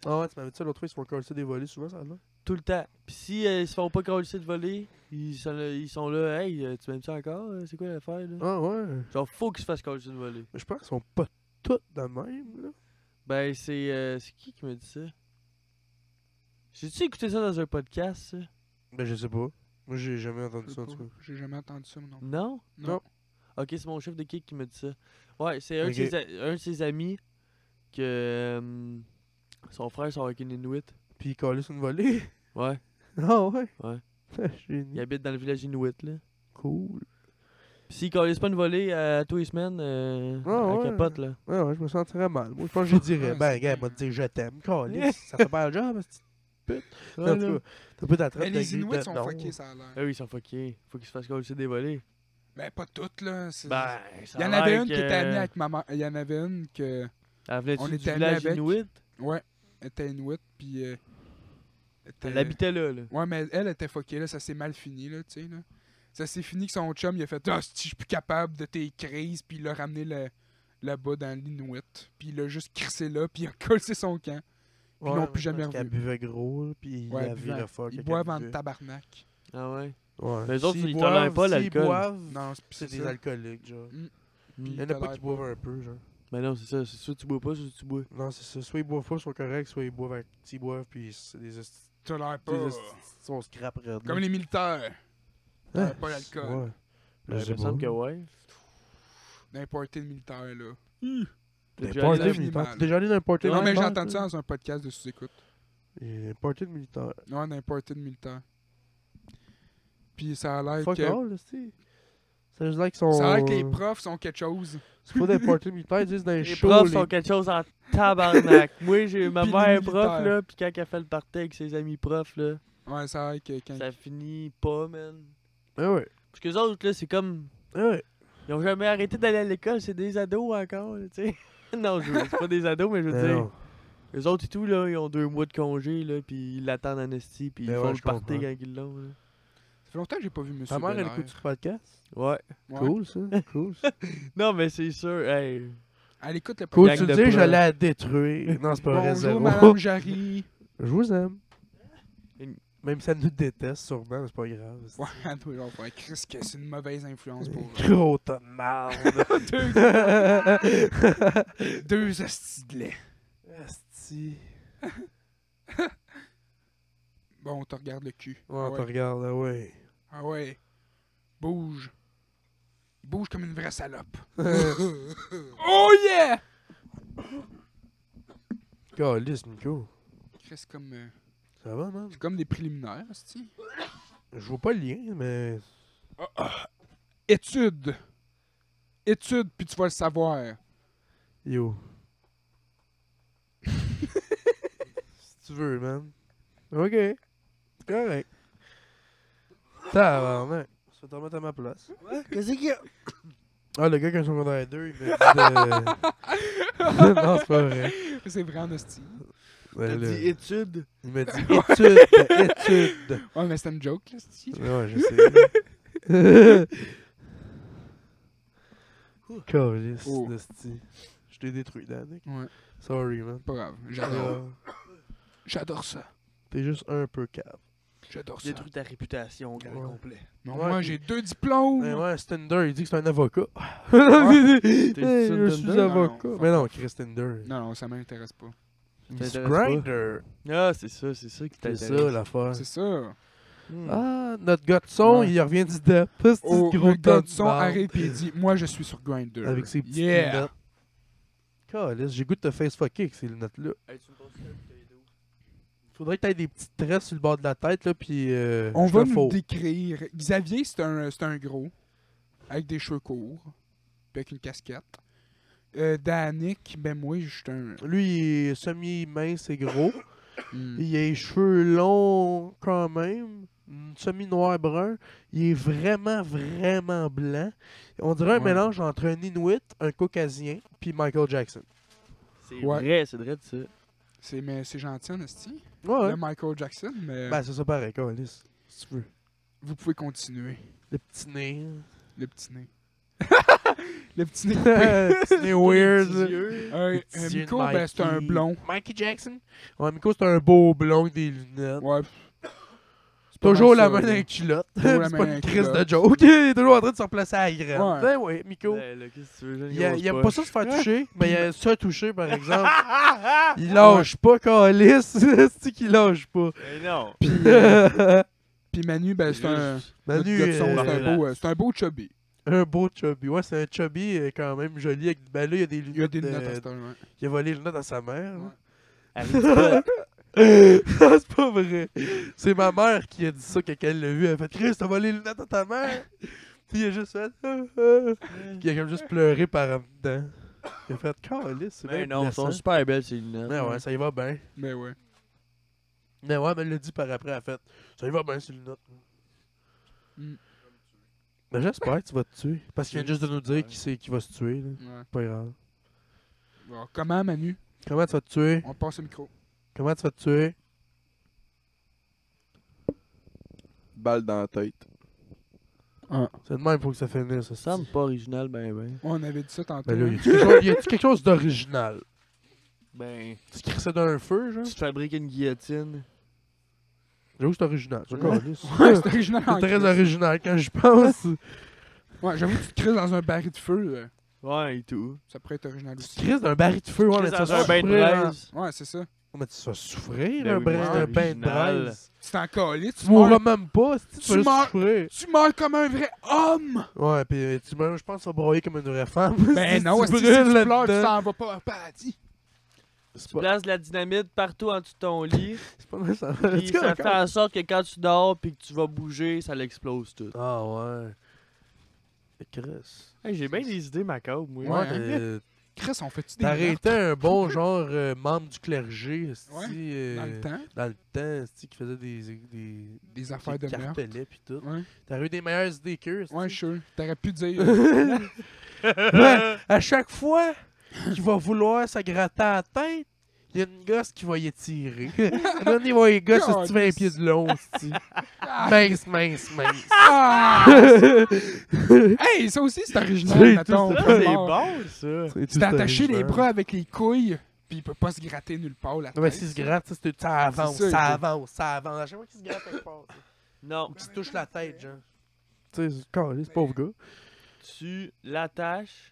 S2: Ah ouais, tu m'avais dit ça l'autre fois, ils se font coller ça des volets souvent, ça, là.
S3: tout le temps. Puis si euh, ils se font pas coller de voler, ils sont, là- ils sont là, hey, euh, tu m'aimes ça encore euh, C'est quoi l'affaire, là
S2: Ah ouais.
S3: Genre, faut qu'ils se fassent coller de voler.
S2: Mais je pense qu'ils sont pas toutes de même, là.
S3: Ben, c'est. euh, c'est qui qui m'a dit ça J'ai-tu écouté ça dans un podcast, ça?
S2: Ben, je sais pas. Moi, j'ai jamais entendu
S1: Je sais
S2: ça, en
S1: pas.
S2: tout cas.
S1: J'ai jamais entendu ça, mon nom.
S3: Non
S2: Non.
S3: Ok, c'est mon chef de kick qui me dit ça. Ouais, c'est un, de
S2: Ok.
S3: ses a- un de ses amis que euh, son frère sort avec une Inuit.
S2: Puis il collait sur une volée. [laughs]
S3: Ouais,
S2: Ah ouais? [laughs]
S3: Ouais. il
S2: Génial.
S3: habite dans le village Inuit là.
S2: Cool.
S3: Pis s'il collait pas une volée à tous les semaines, euh,
S2: Ah
S3: à
S2: ouais.
S3: capote là.
S2: Ouais, ouais, je me sentirais mal. Moi, je pense que je
S3: [laughs]
S2: dirais, ben, gars, elle m'a dit je t'aime, calisse. ça fait pas le job, cette petite pute.
S3: Ouais,
S2: En
S3: là.
S2: tout cas, T'as pas ta
S1: Mais
S2: traite de
S1: les
S2: gris
S1: Inuits
S2: de-
S1: sont
S2: non.
S1: fuckés, ça a l'air.
S3: Ah oui, ils sont fuckés. Faut qu'ils se fassent coller des volées.
S1: Ben, pas toutes, là. c'est-
S3: Ben, ça
S1: Il y en
S3: a
S1: avait
S3: l'air
S1: une qui
S3: que-
S1: était amie avec ma mère. Il y en avait une que.
S3: Elle
S1: On
S3: venait du
S1: était amis
S3: village
S1: avec.
S3: Inuit.
S1: Ouais, elle était Inuit, puis. euh, était-
S3: Elle habitait là, là.
S1: Ouais, mais elle était fuckée, là. Ça s'est mal fini, là, tu sais, là. Ça s'est fini que son chum, il a fait Ah, si je suis plus capable de tes crises, puis il l'a ramené le- là-bas dans l'Inuit. Puis il l'a juste crissé là, puis il a [laughs] collé son camp. Ils l'ont
S2: Ouais,
S1: plus
S2: je pense
S1: jamais
S2: qu'elle
S1: revu.
S2: buvait gros, là, puis
S1: Ouais,
S2: il avait
S1: buvant.
S2: le fuck.
S1: Ils
S2: qu'elle
S1: boivent en
S2: buvait.
S1: tabarnak.
S3: Ah ouais.
S2: Ouais.
S3: Les autres,
S2: S'ils
S3: ils tolèrent
S2: boivent-
S3: pas
S2: s'ils
S3: l'alcool.
S2: boivent,
S1: Non, c'est-
S2: c'est
S1: c'est
S2: des
S1: ça.
S2: alcooliques, genre.
S1: Puis
S2: Il
S3: Mm.
S2: y en a pas
S1: tolèrent
S2: qui boivent un peu, genre.
S3: Mais Ben non, c'est ça. C'est soit tu bois pas, soit tu bois.
S2: Non, c'est ça. Soit ils boivent pas, soit corrects, soit ils boivent avec. S'ils boivent, puis c'est des. esti-
S1: Tolèrent
S2: des
S1: pas.
S2: esti- On se crappe raide,
S1: Oh. Comme
S2: là.
S1: les militaires.
S2: Ah,
S1: pas l'alcool.
S2: Ouais.
S3: Ben,
S2: Je sais
S3: il me semble
S2: pas.
S3: que ouais.
S1: N'importe quel militaire, là.
S2: Hum.
S3: T'as
S2: Des parties
S3: déjà allé dans-
S1: militaires.
S2: militaires.
S1: mal.
S2: T'es déjà allé dans un party
S1: Non, mais j'ai
S2: militaire,
S1: entendu ça
S2: toi?
S1: dans un podcast de sous-écoute.
S2: Et Un party de militaire.
S1: Ouais, n'importe quel militaire. Puis ça a l'air
S2: Fuck Oh.
S1: que.
S2: all, là, c'est. Ça veut dire qu'ils sont.
S1: Ça a l'air que les profs sont quelque chose.
S2: [laughs] C'est pas des parties militaires, ils disent dans les
S3: Les
S2: shows.
S3: profs
S2: les-
S3: sont quelque chose en
S2: [laughs]
S3: tabarnak. Moi, j'ai ma
S1: Puis les
S3: mère est prof,
S1: militaires.
S3: là, pis quand elle fait le party avec ses amis profs, là,
S1: Ouais, ça a l'air que quand
S3: ça finit pas, man.
S2: Ah ouais.
S3: Parce que les autres, là, c'est comme.
S2: Ah ouais.
S3: Ils ont jamais arrêté d'aller à l'école, c'est des ados encore, là, tu sais. [laughs] non, je c'est pas des ados, mais je veux
S2: Ben
S3: dire.
S2: non.
S3: Les autres et tout, là, ils ont deux mois de congé, là, pis ils l'attendent en esti, pis ils
S2: Ben
S3: font
S2: ouais,
S3: le
S2: je
S3: party
S2: comprends.
S3: quand ils l'ont, là.
S1: Ça fait longtemps que j'ai pas vu Monsieur
S2: Ta mère, elle
S1: Belair.
S2: écoute ce podcast.
S3: Ouais.
S1: Ouais. [laughs]
S2: Cool, ça. Cool. ça.
S3: Non, mais c'est sûr, hey.
S1: Elle écoute le
S2: cool,
S1: podcast.
S3: Gang
S2: tu
S3: de
S2: dis, je
S3: profs.
S2: l'ai à détruire. Non, c'est pas vrai,
S1: Bonjour,
S2: zéro.
S1: Madame Jarry.
S2: [laughs] Je vous aime.
S3: Une-
S2: Même si elle nous déteste, sûrement, mais c'est pas grave. c'est-
S1: Ouais, [laughs] toi, genre, ouais, Chris, que c'est une mauvaise influence pour eux.
S2: Gros tas
S1: [laughs]
S2: de marde. [laughs]
S1: Deux hosties de lait.
S2: Asti.
S1: Bon, on te regarde le cul.
S2: Ouais, on te
S1: ouais.
S2: regarde, ah ouais.
S1: Ah ouais. Bouge. Bouge comme une vraie salope. oh yeah!
S2: Calice, Nico.
S1: Chris, comme, euh,
S2: Ça va, man?
S1: c'est comme des préliminaires, hostie.
S2: Je vois pas le lien, mais.
S1: Étude. Étude, puis tu vas le savoir.
S2: [laughs] Yo. si tu veux, man. Ok. Correct. Tabarnak. Je vais te remettre à ma place.
S3: Qu'est-ce qu'il y a?
S2: Ah, le gars qui a un secondaire 2, il m'a dit [laughs] de... non, c'est pas vrai.
S1: C'est vrai, en hostie.
S2: Ben
S3: T'as
S2: là,
S3: dit études.
S2: il m'a dit étude, étude.
S1: Ouais, mais c'est une joke, là, hostie.
S2: Ouais, je sais. [laughs] Calice,
S1: Oh.
S2: Nasty. Je t'ai détruit, Dan.
S1: Ouais,
S2: Sorry, man.
S1: pas grave. J'adore.
S2: Ah,
S1: J'adore ça.
S2: T'es juste un peu cave.
S1: J'adore ça.
S3: Détruis ta réputation, gars,
S2: Ouais.
S3: complet.
S1: Non,
S2: Ouais,
S1: moi,
S2: puis-
S1: j'ai deux diplômes.
S2: Mais Ben ouais, c'est Tinder, il dit que c'est un [laughs] avocat.
S3: T'es
S2: Hey,
S3: sur
S2: je
S3: Tinder?
S2: suis
S3: Non,
S2: avocat.
S1: non, fuck
S2: mais non, Chris Tinder.
S1: Non, non, ça m'intéresse pas.
S2: Il
S3: t'intéresse
S2: se
S3: pas.
S2: Grindr.
S3: Ah, c'est ça, c'est ça qui
S2: C'est
S3: t'intéresse.
S2: ça l'affaire.
S1: C'est ça.
S3: Hmm.
S2: Ah, notre gars de son,
S1: Ouais.
S2: il revient du dep. C'est
S1: Oh,
S2: gros
S1: le gars
S2: tas
S1: du
S2: de
S1: son
S2: marde.
S1: arrête et il dit Moi, je suis sur Grindr.
S2: Avec ses petites
S1: Yeah.
S2: lunettes. Calisse, j'ai goût de te face fucker avec ces lunettes-là.
S3: Hey, tu me passes ça, puis t'as les deux.
S2: Faudrait que t'aies des petites tresses sur le bord de la tête, là, puis euh,
S1: On
S2: je
S1: va
S2: te
S1: nous
S2: faux.
S1: décrire. Xavier, c'est un, c'est un gros. Avec des cheveux courts. puis avec une casquette. Euh, Danick, ben moi, je suis un.
S2: Lui, il est semi-mince et gros.
S1: Hmm.
S2: Mm. Il a les cheveux longs quand même, mm, semi-noir-brun. Il est vraiment, vraiment blanc. On dirait un
S1: Ouais.
S2: mélange entre un Inuit, un Caucasien, puis Michael Jackson.
S3: C'est
S1: Ouais.
S3: vrai, c'est vrai de ça.
S1: C'est, mais c'est gentil, en esti.
S2: Ouais, ouais.
S1: Le Michael Jackson, mais
S2: Ben, c'est ça pareil, Carlis, si tu veux.
S1: vous pouvez continuer.
S2: Le petit
S1: [laughs]
S2: nez. hein.
S1: Le petit
S2: [laughs]
S1: nez. le petit nez.
S2: Le petit nez weird.
S3: Les petits
S2: là.
S3: yeux.
S1: Euh,
S2: Les petits
S1: euh,
S2: yeux de
S1: Miko, ben c'est un
S2: Mikey.
S1: blond.
S2: Mikey Jackson. Ouais, Miko, c'est un beau blond avec des lunettes.
S1: Ouais. C'est pas
S2: Toujours
S1: mal
S2: la
S1: ça,
S2: main dans
S1: là.
S2: les culottes.
S1: Toujours la
S2: [laughs] C'est
S1: main
S2: pas
S1: dans
S2: une
S1: les
S2: crise de
S1: culottes.
S2: joke. [laughs] Il est toujours en train de se replacer à la graine.
S1: Ouais.
S2: Ben ouais, Miko.
S3: Ben, là, qu'est-ce que tu veux, j'ai une
S2: Il, a-
S3: grosse
S2: il aime pas
S3: poche.
S2: ça se faire toucher, mais il aime ça toucher, par exemple. [laughs]
S3: [laughs]
S2: il lâche pas, Calis. [laughs] C'est qu'il lâche [laughs] pas.
S3: Eh [laughs] non.
S1: Puis, euh, puis Manu, ben c'est un.
S2: Manu,
S1: notre gars de son,
S2: euh,
S1: c'est un beau, euh, c'est un beau chubby.
S2: Un beau chubby. Ouais, c'est un chubby euh, quand même joli. Avec... Ben là, il y a des lunettes.
S1: Il y a des notes
S2: euh,
S1: à cette heure, ouais.
S2: Il a volé les lunettes à sa mère. là.
S3: Harry
S2: [laughs] Ah, c'est pas vrai. C'est ma mère qui a dit ça quand elle l'a vu. Elle a fait Chris, t'as volé les lunettes à ta [laughs] mère. Puis il a juste fait. Ah, ah. Puis il a comme juste pleuré par en dedans. Il a fait Calisse, c'est bien
S3: Mais non, elles
S2: blessant.
S3: sont super belles ces lunettes.
S2: Mais ouais, ça y va bien.
S1: Mais Ben ouais.
S2: Mais ouais, mais elle l'a dit par après, elle a fait Ça y va bien, ces lunettes.
S1: Mm.
S2: Mais j'espère que tu vas te tuer. Parce qu'il vient juste de nous dire qui c'est qui va se tuer. là.
S1: ouais.
S2: Pas grave.
S1: Alors, comment, Manu
S2: Comment tu vas te tuer
S1: On passe le micro.
S2: Comment tu vas te tuer
S4: Balle dans la tête.
S2: C'est de même pour que ça finisse. Ça
S3: Ça me semble pas original, ben ben.
S1: On avait dit ça tantôt.
S2: Ben là,
S1: hein.
S2: y a-tu quelque chose- y a-tu quelque chose d'original
S3: Ben,
S2: Tu crisses ça dans un feu, genre
S3: tu te fabriques une guillotine.
S2: J'avoue que c'est original. C'est
S3: Ouais.
S2: caliste.
S1: Ouais, c'est original. en [laughs]
S2: C'est très
S1: crise.
S2: original quand je pense.
S1: Ouais, j'avoue, tu te crises dans un baril de feu, euh,
S3: Ouais, et tout.
S1: ça pourrait être original
S2: Tu te
S1: aussi.
S2: crisses d'un baril de feu, ouais, mais tu
S3: Crise dans
S2: vas
S3: un bain de
S2: souffrir. hein.
S3: braise.
S1: Ouais, c'est ça.
S2: Ouais, mais tu vas souffrir,
S3: Ben
S2: un
S3: oui,
S2: brin-
S3: mais c'est
S2: un bain de
S3: original.
S2: braise.
S1: Tu t'en calais, tu
S2: Tu mourras
S1: meurs.
S2: même pas, si tu
S1: Tu
S2: vas juste
S1: meurs.
S2: souffrir.
S1: Tu meurs comme un vrai homme!
S2: Ouais, pis euh, tu meurs, je pense, tu vas broyer comme une vraie femme.
S1: Ben
S2: [laughs] Si
S1: non,
S2: tu
S1: est-ce que si
S2: brûles
S1: tu pleures, tu
S2: là-dedans.
S1: t'en vas pas au paradis?
S2: C'est
S3: Tu
S2: pas-
S3: places de la dynamite partout en dessous de ton [laughs] lit.
S2: c'est pas mal ça. [laughs] En
S3: Puis
S2: tout cas,
S3: ça fait
S2: encore.
S3: en sorte que quand tu dors puis que tu vas bouger, ça l'explose tout.
S2: Ah ouais. Et Chris.
S3: Hey, J'ai bien des idées macabres, moi.
S1: Ouais,
S2: Ouais,
S1: hein.
S2: euh,
S1: Chris, on fait-tu des
S2: t'as
S1: meurtres
S2: arrêté un bon genre euh, membre du clergé, esti,
S1: Ouais,
S2: euh,
S1: dans le temps?
S2: dans le temps, esti, qui faisait des, des,
S1: Des affaires de
S2: qui
S1: meurtre.
S2: cartelait pis tout.
S1: Ouais,
S2: T'aurais eu des meilleures idées que
S1: ouais,
S2: [laughs]
S1: sûr. T'aurais pu dire.
S2: Ouais, à chaque fois qu'il va vouloir se gratter la tête, il y a une gosse qui va
S1: [laughs]
S2: y tirer. Donnez-moi les gosses sur 20 pieds de long, esti.
S1: Ah,
S2: [laughs] Mince, mince, [laughs] mince.
S1: ah! hey, ça aussi, c'est original,
S2: C'est
S1: mettons.
S2: tout
S1: au
S3: Ça,
S1: peu
S3: c'est
S1: mort.
S3: bon, ça.
S1: Tu t'as attaché les bras avec les couilles, puis il peut pas se gratter nulle part la
S2: Non,
S1: tête.
S2: mais s'il se gratte, ça, c'est- ça avance,
S1: C'est ça,
S2: ça,
S1: il-
S2: avance, ça avance. À chaque fois qu'il se gratte, quelque part.
S3: Non,
S2: Ou qu'il se touche la tête, genre. Tu sais, c'est pauvre gars.
S3: tu l'attaches,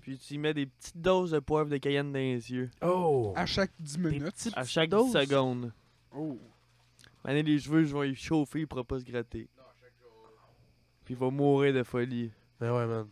S3: puis tu y mets des petites doses de poivre de cayenne dans les yeux.
S2: Oh!
S1: À chaque 10 minutes.
S3: À chaque 10
S2: doses?
S3: secondes.
S1: Oh.
S3: Maintenant, les cheveux, je vais y chauffer, il pourra pas se gratter. Puis il va mourir de folie.
S2: Mais Ben ouais, man.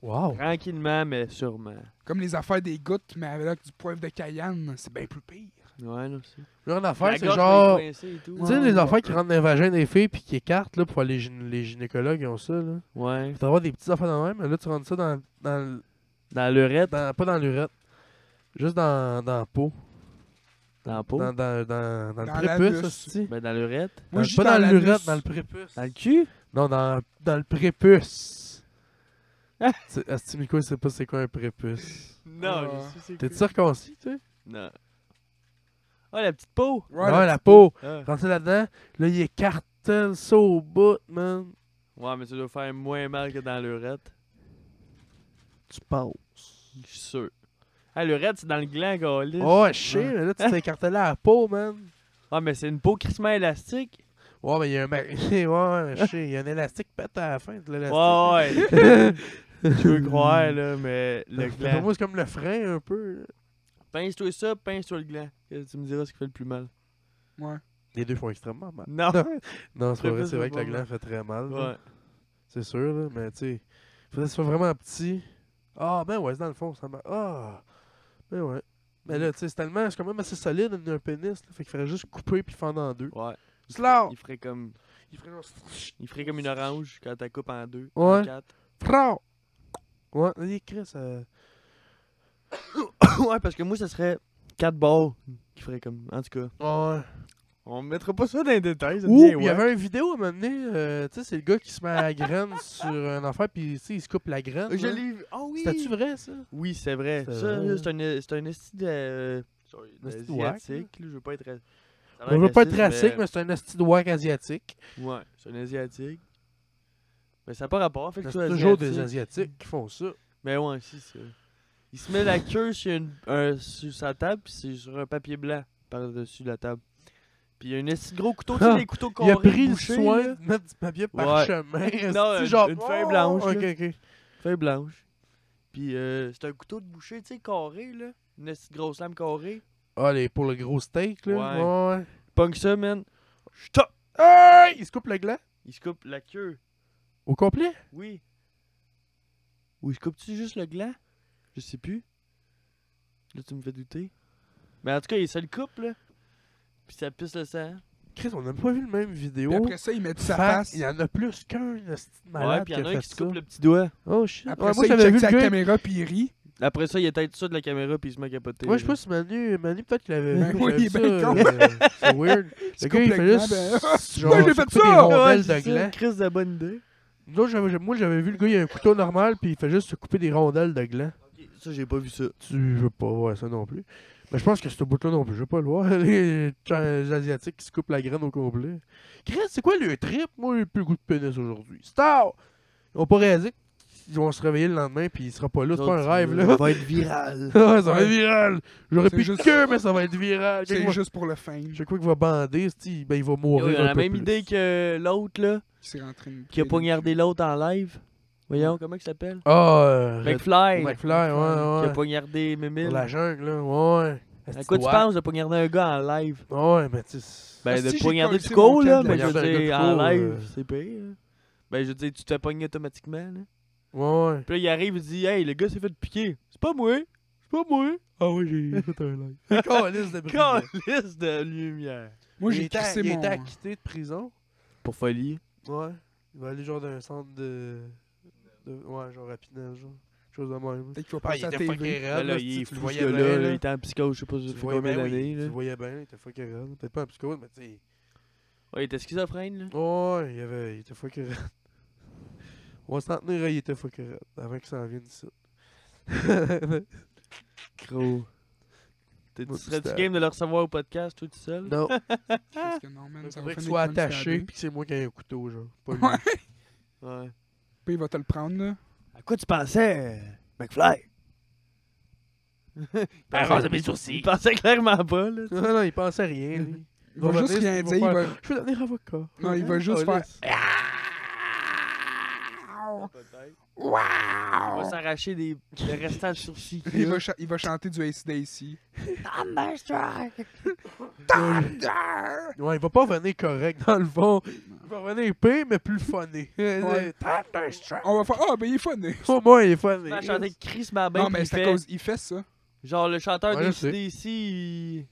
S2: Wow!
S3: Tranquillement, mais sûrement.
S1: Comme les affaires des gouttes, mais avec du poivre de cayenne, c'est bien plus pire.
S3: Ouais, non, c'est.
S2: Là, une
S3: La
S2: affaire, c'est
S3: gorge va y
S2: genre.
S3: coincer et tout.
S2: Tu sais, les affaires qui rentrent dans les vagins des filles puis qui écartent, là, pour aller gyn- les gynécologues, ils ont ça, là.
S3: Ouais.
S2: Tu avoir des petites affaires dans le même, mais là, tu rentres ça dans. dans, le-
S3: Dans l'urette,
S2: dans- pas dans l'urette. Juste dans, dans la peau.
S3: dans la peau.
S2: Dans, dans, dans, dans le
S1: Dans
S2: prépuce,
S1: l'anus.
S2: aussi.
S3: Ben, dans l'urette.
S1: Moi, je dis
S2: Euh, pas dans,
S1: l'anus.
S2: l'urette, dans le prépuce.
S3: Dans le cul.
S2: Non, dans, dans le prépuce.
S3: Ah.
S2: C'est- Asti Miko, il sait pas c'est quoi un prépuce.
S1: Ah.
S3: Non, je sais c'est
S2: T'es-tu
S3: quoi.
S2: circoncis, tu sais?
S3: Non. Ah, la petite peau.
S1: Ouais,
S2: Ouais,
S1: là,
S2: la peau.
S3: Ah.
S2: Rentre là-dedans, là, il écarte ça au bout, man.
S3: Ouais, mais ça doit faire moins mal que dans l'urette.
S2: Tu penses.
S3: Je suis sûr. Ah, l'urette, c'est dans le gland, galice.
S2: Oh, je sais, mais là, [laughs] tu t'es écarté la peau, man.
S3: Ah, mais c'est une peau crissement élastique.
S2: Ouais, mais il y a un ma- [laughs] ouais, ouais, je sais, il y a un élastique pète à la fin de l'élastique.
S3: Ouais, ouais.
S2: [laughs]
S3: Je veux croire, là, mais le
S2: Pour
S3: gland.
S2: moi, c'est comme le frein, un peu. là.
S3: Pince-toi ça, pince-toi le gland. Euh, Tu me diras ce qui fait le plus mal.
S1: Ouais.
S2: Les deux font extrêmement mal.
S3: Non.
S2: Non, c'est pas vrai,
S3: Prépuce,
S2: c'est vrai
S3: c'est
S2: que le
S3: pas
S2: gland fait très mal. là.
S3: ouais.
S2: C'est sûr, là, mais tu sais, faudrait que ce soit vraiment petit. Ah, ben ouais, c'est dans le fond, ça m'a. Ah, ben ouais. Mais là, tu sais, c'est tellement, c'est quand même assez solide, un un pénis, là, fait qu'il faudrait juste couper puis fendre en deux.
S3: Ouais. Il
S2: Slaw!
S3: ferait- Il ferait comme,
S2: Il ferait
S3: il ferait comme une orange quand t'as coupe en deux.
S2: Ouais.
S3: En quatre. [coughs]
S2: Frau! Ouais, vas-y, Chris. euh,
S3: ouais, parce que moi, ça serait quatre balles qui ferait comme. En tout cas,
S2: Ouais.
S3: on mettra pas ça dans les détails. ça
S2: Ouh,
S3: devient
S2: il y
S3: wack.
S2: avait une vidéo à un moment donné, euh, tu sais, c'est le gars qui se met à la graine [laughs] sur un affaire puis, tu sais, il se coupe la graine.
S3: Je
S2: là.
S3: l'ai vu. Ah oui!
S2: C'était-tu vrai, ça?
S3: Oui, c'est vrai.
S2: C'est
S3: Ça,
S2: vrai.
S3: là, c'est un, c'est un esti de. euh, sorry,
S2: Un esti de wack,
S3: asiatique. Là, je veux pas être. ra- ça a
S2: On
S3: l'air
S2: veut pas être
S3: raciste,
S2: raciste, mais c'est un esti de wack asiatique.
S3: Ouais, c'est un asiatique. Mais ça n'a pas rapport. Fait que
S2: C'est
S3: tu es
S2: toujours des
S3: asiatique.
S2: asiatiques qui font ça.
S3: Mais ouais, si, ça. Il se met la queue sur, une, un- sur sa table, puis c'est sur un papier blanc par-dessus la table. Puis il y a un esti de gros couteau, tu sais,
S2: Ah,
S3: les couteaux qu'on
S2: Il a pris le soin de mettre du papier parchemin.
S3: Non,
S2: esti,
S3: une-
S2: genre, Oh,
S3: une feuille blanche,
S2: Ok,
S3: là.
S2: ok.
S3: Feuille blanche. Puis euh, c'est un couteau de boucher, tu sais, carré, là. Une esti de grosse lame carrée.
S2: Ah, les, pour le gros steak, là.
S3: Ouais.
S2: Ouais. ouais.
S3: Punk ça, man. Stop!
S2: Hey! Il se coupe le gland.
S3: Il se coupe la queue.
S2: Au complet?
S3: Oui. Ou il se coupe-tu juste le gland? Je sais plus. Là, tu me fais douter. Mais en tout cas, il se le coupe, là. Puis ça pisse le sang.
S2: Chris, on n'a pas vu le même vidéo.
S1: Puis après ça, il met de sa
S2: Fait
S1: face.
S2: qu'il y en a plus qu'un de ce
S3: Ouais,
S2: malade
S3: puis
S2: qui
S3: il y en a un
S2: a fait
S3: qui se
S2: ça.
S3: coupe le petit doigt.
S2: Oh shit.
S1: Après
S2: Ouais, moi,
S1: ça, il
S2: j'avais vu
S1: check
S2: le
S1: sa
S2: gars.
S1: caméra puis il rit.
S3: Après ça, il était ça de la caméra, puis il se met à capoter.
S2: Moi, je sais
S3: là.
S2: pas si Manu, Manu peut-être qu'il avait
S1: Ben
S2: vu.
S1: oui,
S2: j'avais vu
S1: il est
S2: ça,
S1: bien con.
S2: euh, C'est weird.
S1: Tu coupes
S2: Le gars, il fait
S1: gland,
S2: juste.
S1: ben, [laughs]
S2: [laughs] genre,
S1: Moi, j'ai fait
S2: couper des
S1: ça!
S2: rondelles
S3: c'est
S2: de
S3: ça,
S2: gland.
S3: Chris de bonne idée.
S2: Nous autres, j'avais- Moi, j'avais vu le gars, il a un couteau normal, puis il fait juste se couper des rondelles de gland.
S3: Ça, j'ai pas vu ça.
S2: Tu veux pas voir ça non plus. Mais je pense que ce bout-là non plus, je veux pas le voir. [laughs] Les Ch- Asiatiques qui se coupent la graine au complet. Chris, c'est quoi le trip? Moi, j'ai plus le goût de pénis aujourd'hui. Star! Ils ont pas réalisé qu'ils vont se réveiller le lendemain puis il sera pas là. C'est pas un rêve, [laughs] là.
S3: va être viral.
S2: Ah, ça va être viral! J'aurais
S1: C'est
S2: plus
S1: juste-
S2: de queue, mais ça va être viral!
S1: C'est
S2: Quelqu'un-
S1: juste pour le fame.
S2: Je crois qu'il va bander, c'ti, ben, il va mourir.
S3: Il a
S2: un
S3: la
S2: peu
S3: même
S2: plus.
S3: idée que l'autre, là,
S1: Il s'est rentré une
S3: qui a
S1: clé.
S3: poignardé l'autre en live. Voyons, comment il s'appelle
S2: Ah, euh, Red-
S3: McFly.
S2: McFly,
S3: Qui
S2: ouais,
S3: a
S2: ouais.
S3: poignardé
S2: Pour
S3: Mémile.
S2: la jungle, là, ouais.
S3: À quoi tu penses de poignarder un gars en live
S2: Ouais, mais tu sais.
S3: Ben,
S1: Parce que
S3: de
S1: j'ai
S3: poignarder
S1: collé
S3: du coup,
S1: mon
S3: là,
S1: câble,
S3: mais je veux
S2: poignarder un
S3: dire,
S2: gars de
S3: en
S2: court,
S3: live,
S2: euh.
S3: c'est pire. hein. Ben, je veux dire, tu te fais pogner automatiquement, là.
S2: Ouais.
S3: Puis là, il arrive, il dit, hey, le gars s'est fait piquer. C'est pas [laughs] moi.
S2: C'est pas moi. Ah oui, j'ai fait un live. [laughs] Câlisse de prison.
S3: Calice de lumière.
S1: Moi,
S2: Il
S1: j'ai
S2: était-
S1: crissé
S2: Il
S1: mon...
S2: était acquitté de prison.
S3: Pour folie.
S2: Ouais. Il va aller genre dans un centre de. de- Ouais, genre rapidement, genre. Chose de même.
S1: Peut-être qu'il va
S2: Ah,
S1: passer à la TV.
S2: raide,
S3: Ben là,
S2: là,
S3: il
S2: si
S3: est
S2: tu
S3: fou,
S2: le
S3: ce
S2: voyais
S3: gars-là.
S2: bien,
S3: là, Il
S2: là.
S3: était en psychose, je sais pas, ça
S2: Tu
S3: fait
S2: le voyais
S3: combien
S2: bien, oui,
S3: d'années,
S2: tu
S3: là.
S2: le voyais bien, il était fucking raide. Peut-être pas un psychose, mais tu sais.
S3: Ouais, il était schizophrène, là.
S2: Ouais, il, avait, il était fucking raide. [laughs] On va s'en tenir, à il était fucking raide. Avant qu'il s'en vienne ici.
S3: [laughs] Gros. T'es-
S2: Moi,
S3: Tu serais-tu
S2: c'était-
S3: game de le recevoir au podcast, tout seul?
S2: non.
S1: Parce que non, man, ça va
S2: Ah, Faudrait que
S1: finir
S2: tu sois
S1: comme ça,
S2: attaché
S1: là.
S2: pis que c'est moi qui ai un couteau, genre.
S1: [laughs]
S2: Pas lui.
S1: Ouais.
S3: Ouais.
S1: Puis il va te le prendre, là.
S3: À quoi tu pensais, McFly? [laughs]
S2: Ben, rase mes sourcils.
S3: Il pensait clairement pas, là.
S2: non, non, il pensait rien, lui.
S1: Il va juste
S2: revenir,
S1: rien
S2: puis
S1: dire, il
S2: il va
S1: va... [laughs]
S2: Je veux devenir avocat.
S1: Non, il va juste faire...
S2: Ah!
S3: Ah,
S1: Wow!
S3: peut-être. Il va
S1: Wow!
S3: s'arracher des... le restant de sourcils.
S1: Ah. Il va, cha- il va chanter du ACDC. Ah! Thunder!
S2: Ouais, il va pas revenir correct dans le fond. Il va revenir épais, mais plus funny.
S1: Ouais.
S2: Thunderstruck.
S1: On va faire... Ah, ben il est funny!
S2: Au moins, il est funny.
S3: Il va chanter Chris Mabin.
S1: Non, mais
S3: Ben, il
S1: c'est à
S3: fait...
S1: cause... Il fait ça.
S3: Genre, le chanteur
S2: Ouais, je
S3: des
S2: sais.
S3: CDC, il...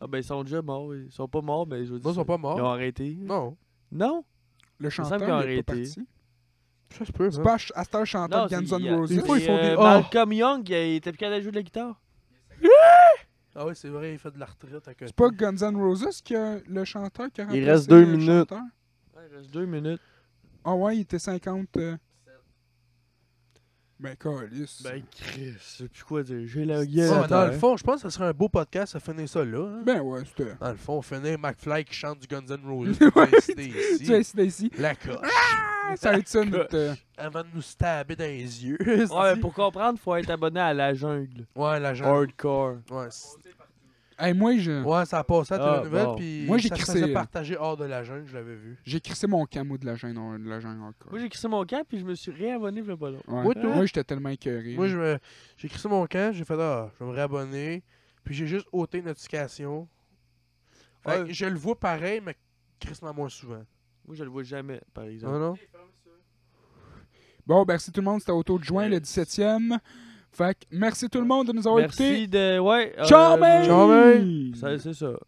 S3: Ah, ben, ils sont déjà morts. Ils sont pas morts, mais je veux dire.
S2: Non, ils sont pas
S3: Ils ont
S2: morts.
S3: arrêté.
S2: Non.
S3: Non?
S1: Le
S3: semble
S1: chanteur,
S3: qu'il aurait
S1: il est pas
S3: été.
S1: parti.
S2: Ça se peut,
S1: C'est
S2: hein.
S1: pas à cette heure, le chanteur de
S3: c'est-
S1: Guns
S3: il
S1: N'
S3: y a-
S1: Roses.
S2: Des fois, ils font
S3: euh,
S2: des- Oh!
S3: Malcolm Young, il était plus capable de jouer de la guitare.
S2: Ah oui, c'est vrai, il fait de la retraite à côté.
S1: C'est pas Guns N' Roses que le chanteur qui a remplacé
S4: reste deux
S1: le
S4: minutes.
S1: chanteur?
S3: Ouais, il reste deux minutes.
S1: Ah ouais, il était 50. euh. Ben, calice.
S3: Ben, Chris, je sais plus quoi dire. J'ai la
S2: Ouais,
S3: gueule.
S2: mais Ah, dans le fond, je pense que ce serait un beau podcast à finir ça là. hein.
S1: Ben ouais, c'était.
S2: Dans le fond, on finit McFly qui chante du Guns N' Roses.
S1: [laughs] Ouais.
S2: C'était ici.
S1: Tu as
S3: [laughs]
S1: ici.
S2: La coche.
S1: Ça va être ça, notre. euh,
S2: Avant de nous stabber dans les
S1: [laughs]
S2: yeux.
S3: Ouais, mais pour comprendre, faut être abonné à la jungle.
S2: Ouais, la jambe.
S3: Hardcore.
S2: Ouais, c'est-
S1: Hey, moi, je-
S2: ouais, ça a passé à
S3: Ah,
S2: la nouvelle
S3: bon.
S2: puis
S1: Moi, j'ai
S2: ça se
S1: crissé,
S2: faisait
S1: là.
S2: partager hors de la jungle, je l'avais vu.
S1: j'ai crissé mon camo de la gêne, euh, de la gêne encore.
S3: Moi, j'ai crissé mon camp, puis je me suis réabonné, le pas long.
S1: Ouais.
S2: Moi,
S1: Moi,
S2: tout.
S1: j'étais tellement écœuré.
S2: Moi,
S1: là.
S2: je me- j'ai crissé mon camp, j'ai fait ah, je vais me réabonner, puis j'ai juste ôté notification. Fait que
S3: Ouais.
S2: je le vois pareil, mais crissement moins souvent.
S3: Moi, je le vois jamais, par exemple.
S2: Non, non?
S1: Bon, ben, merci tout le monde, c'était au taux de juin, le 17e. Fait que merci tout le monde de nous avoir écoutés.
S3: Merci de. Ouais.
S1: Ah Ciao,
S3: euh,
S1: man!
S2: Ciao, man!
S3: ça- C'est ça.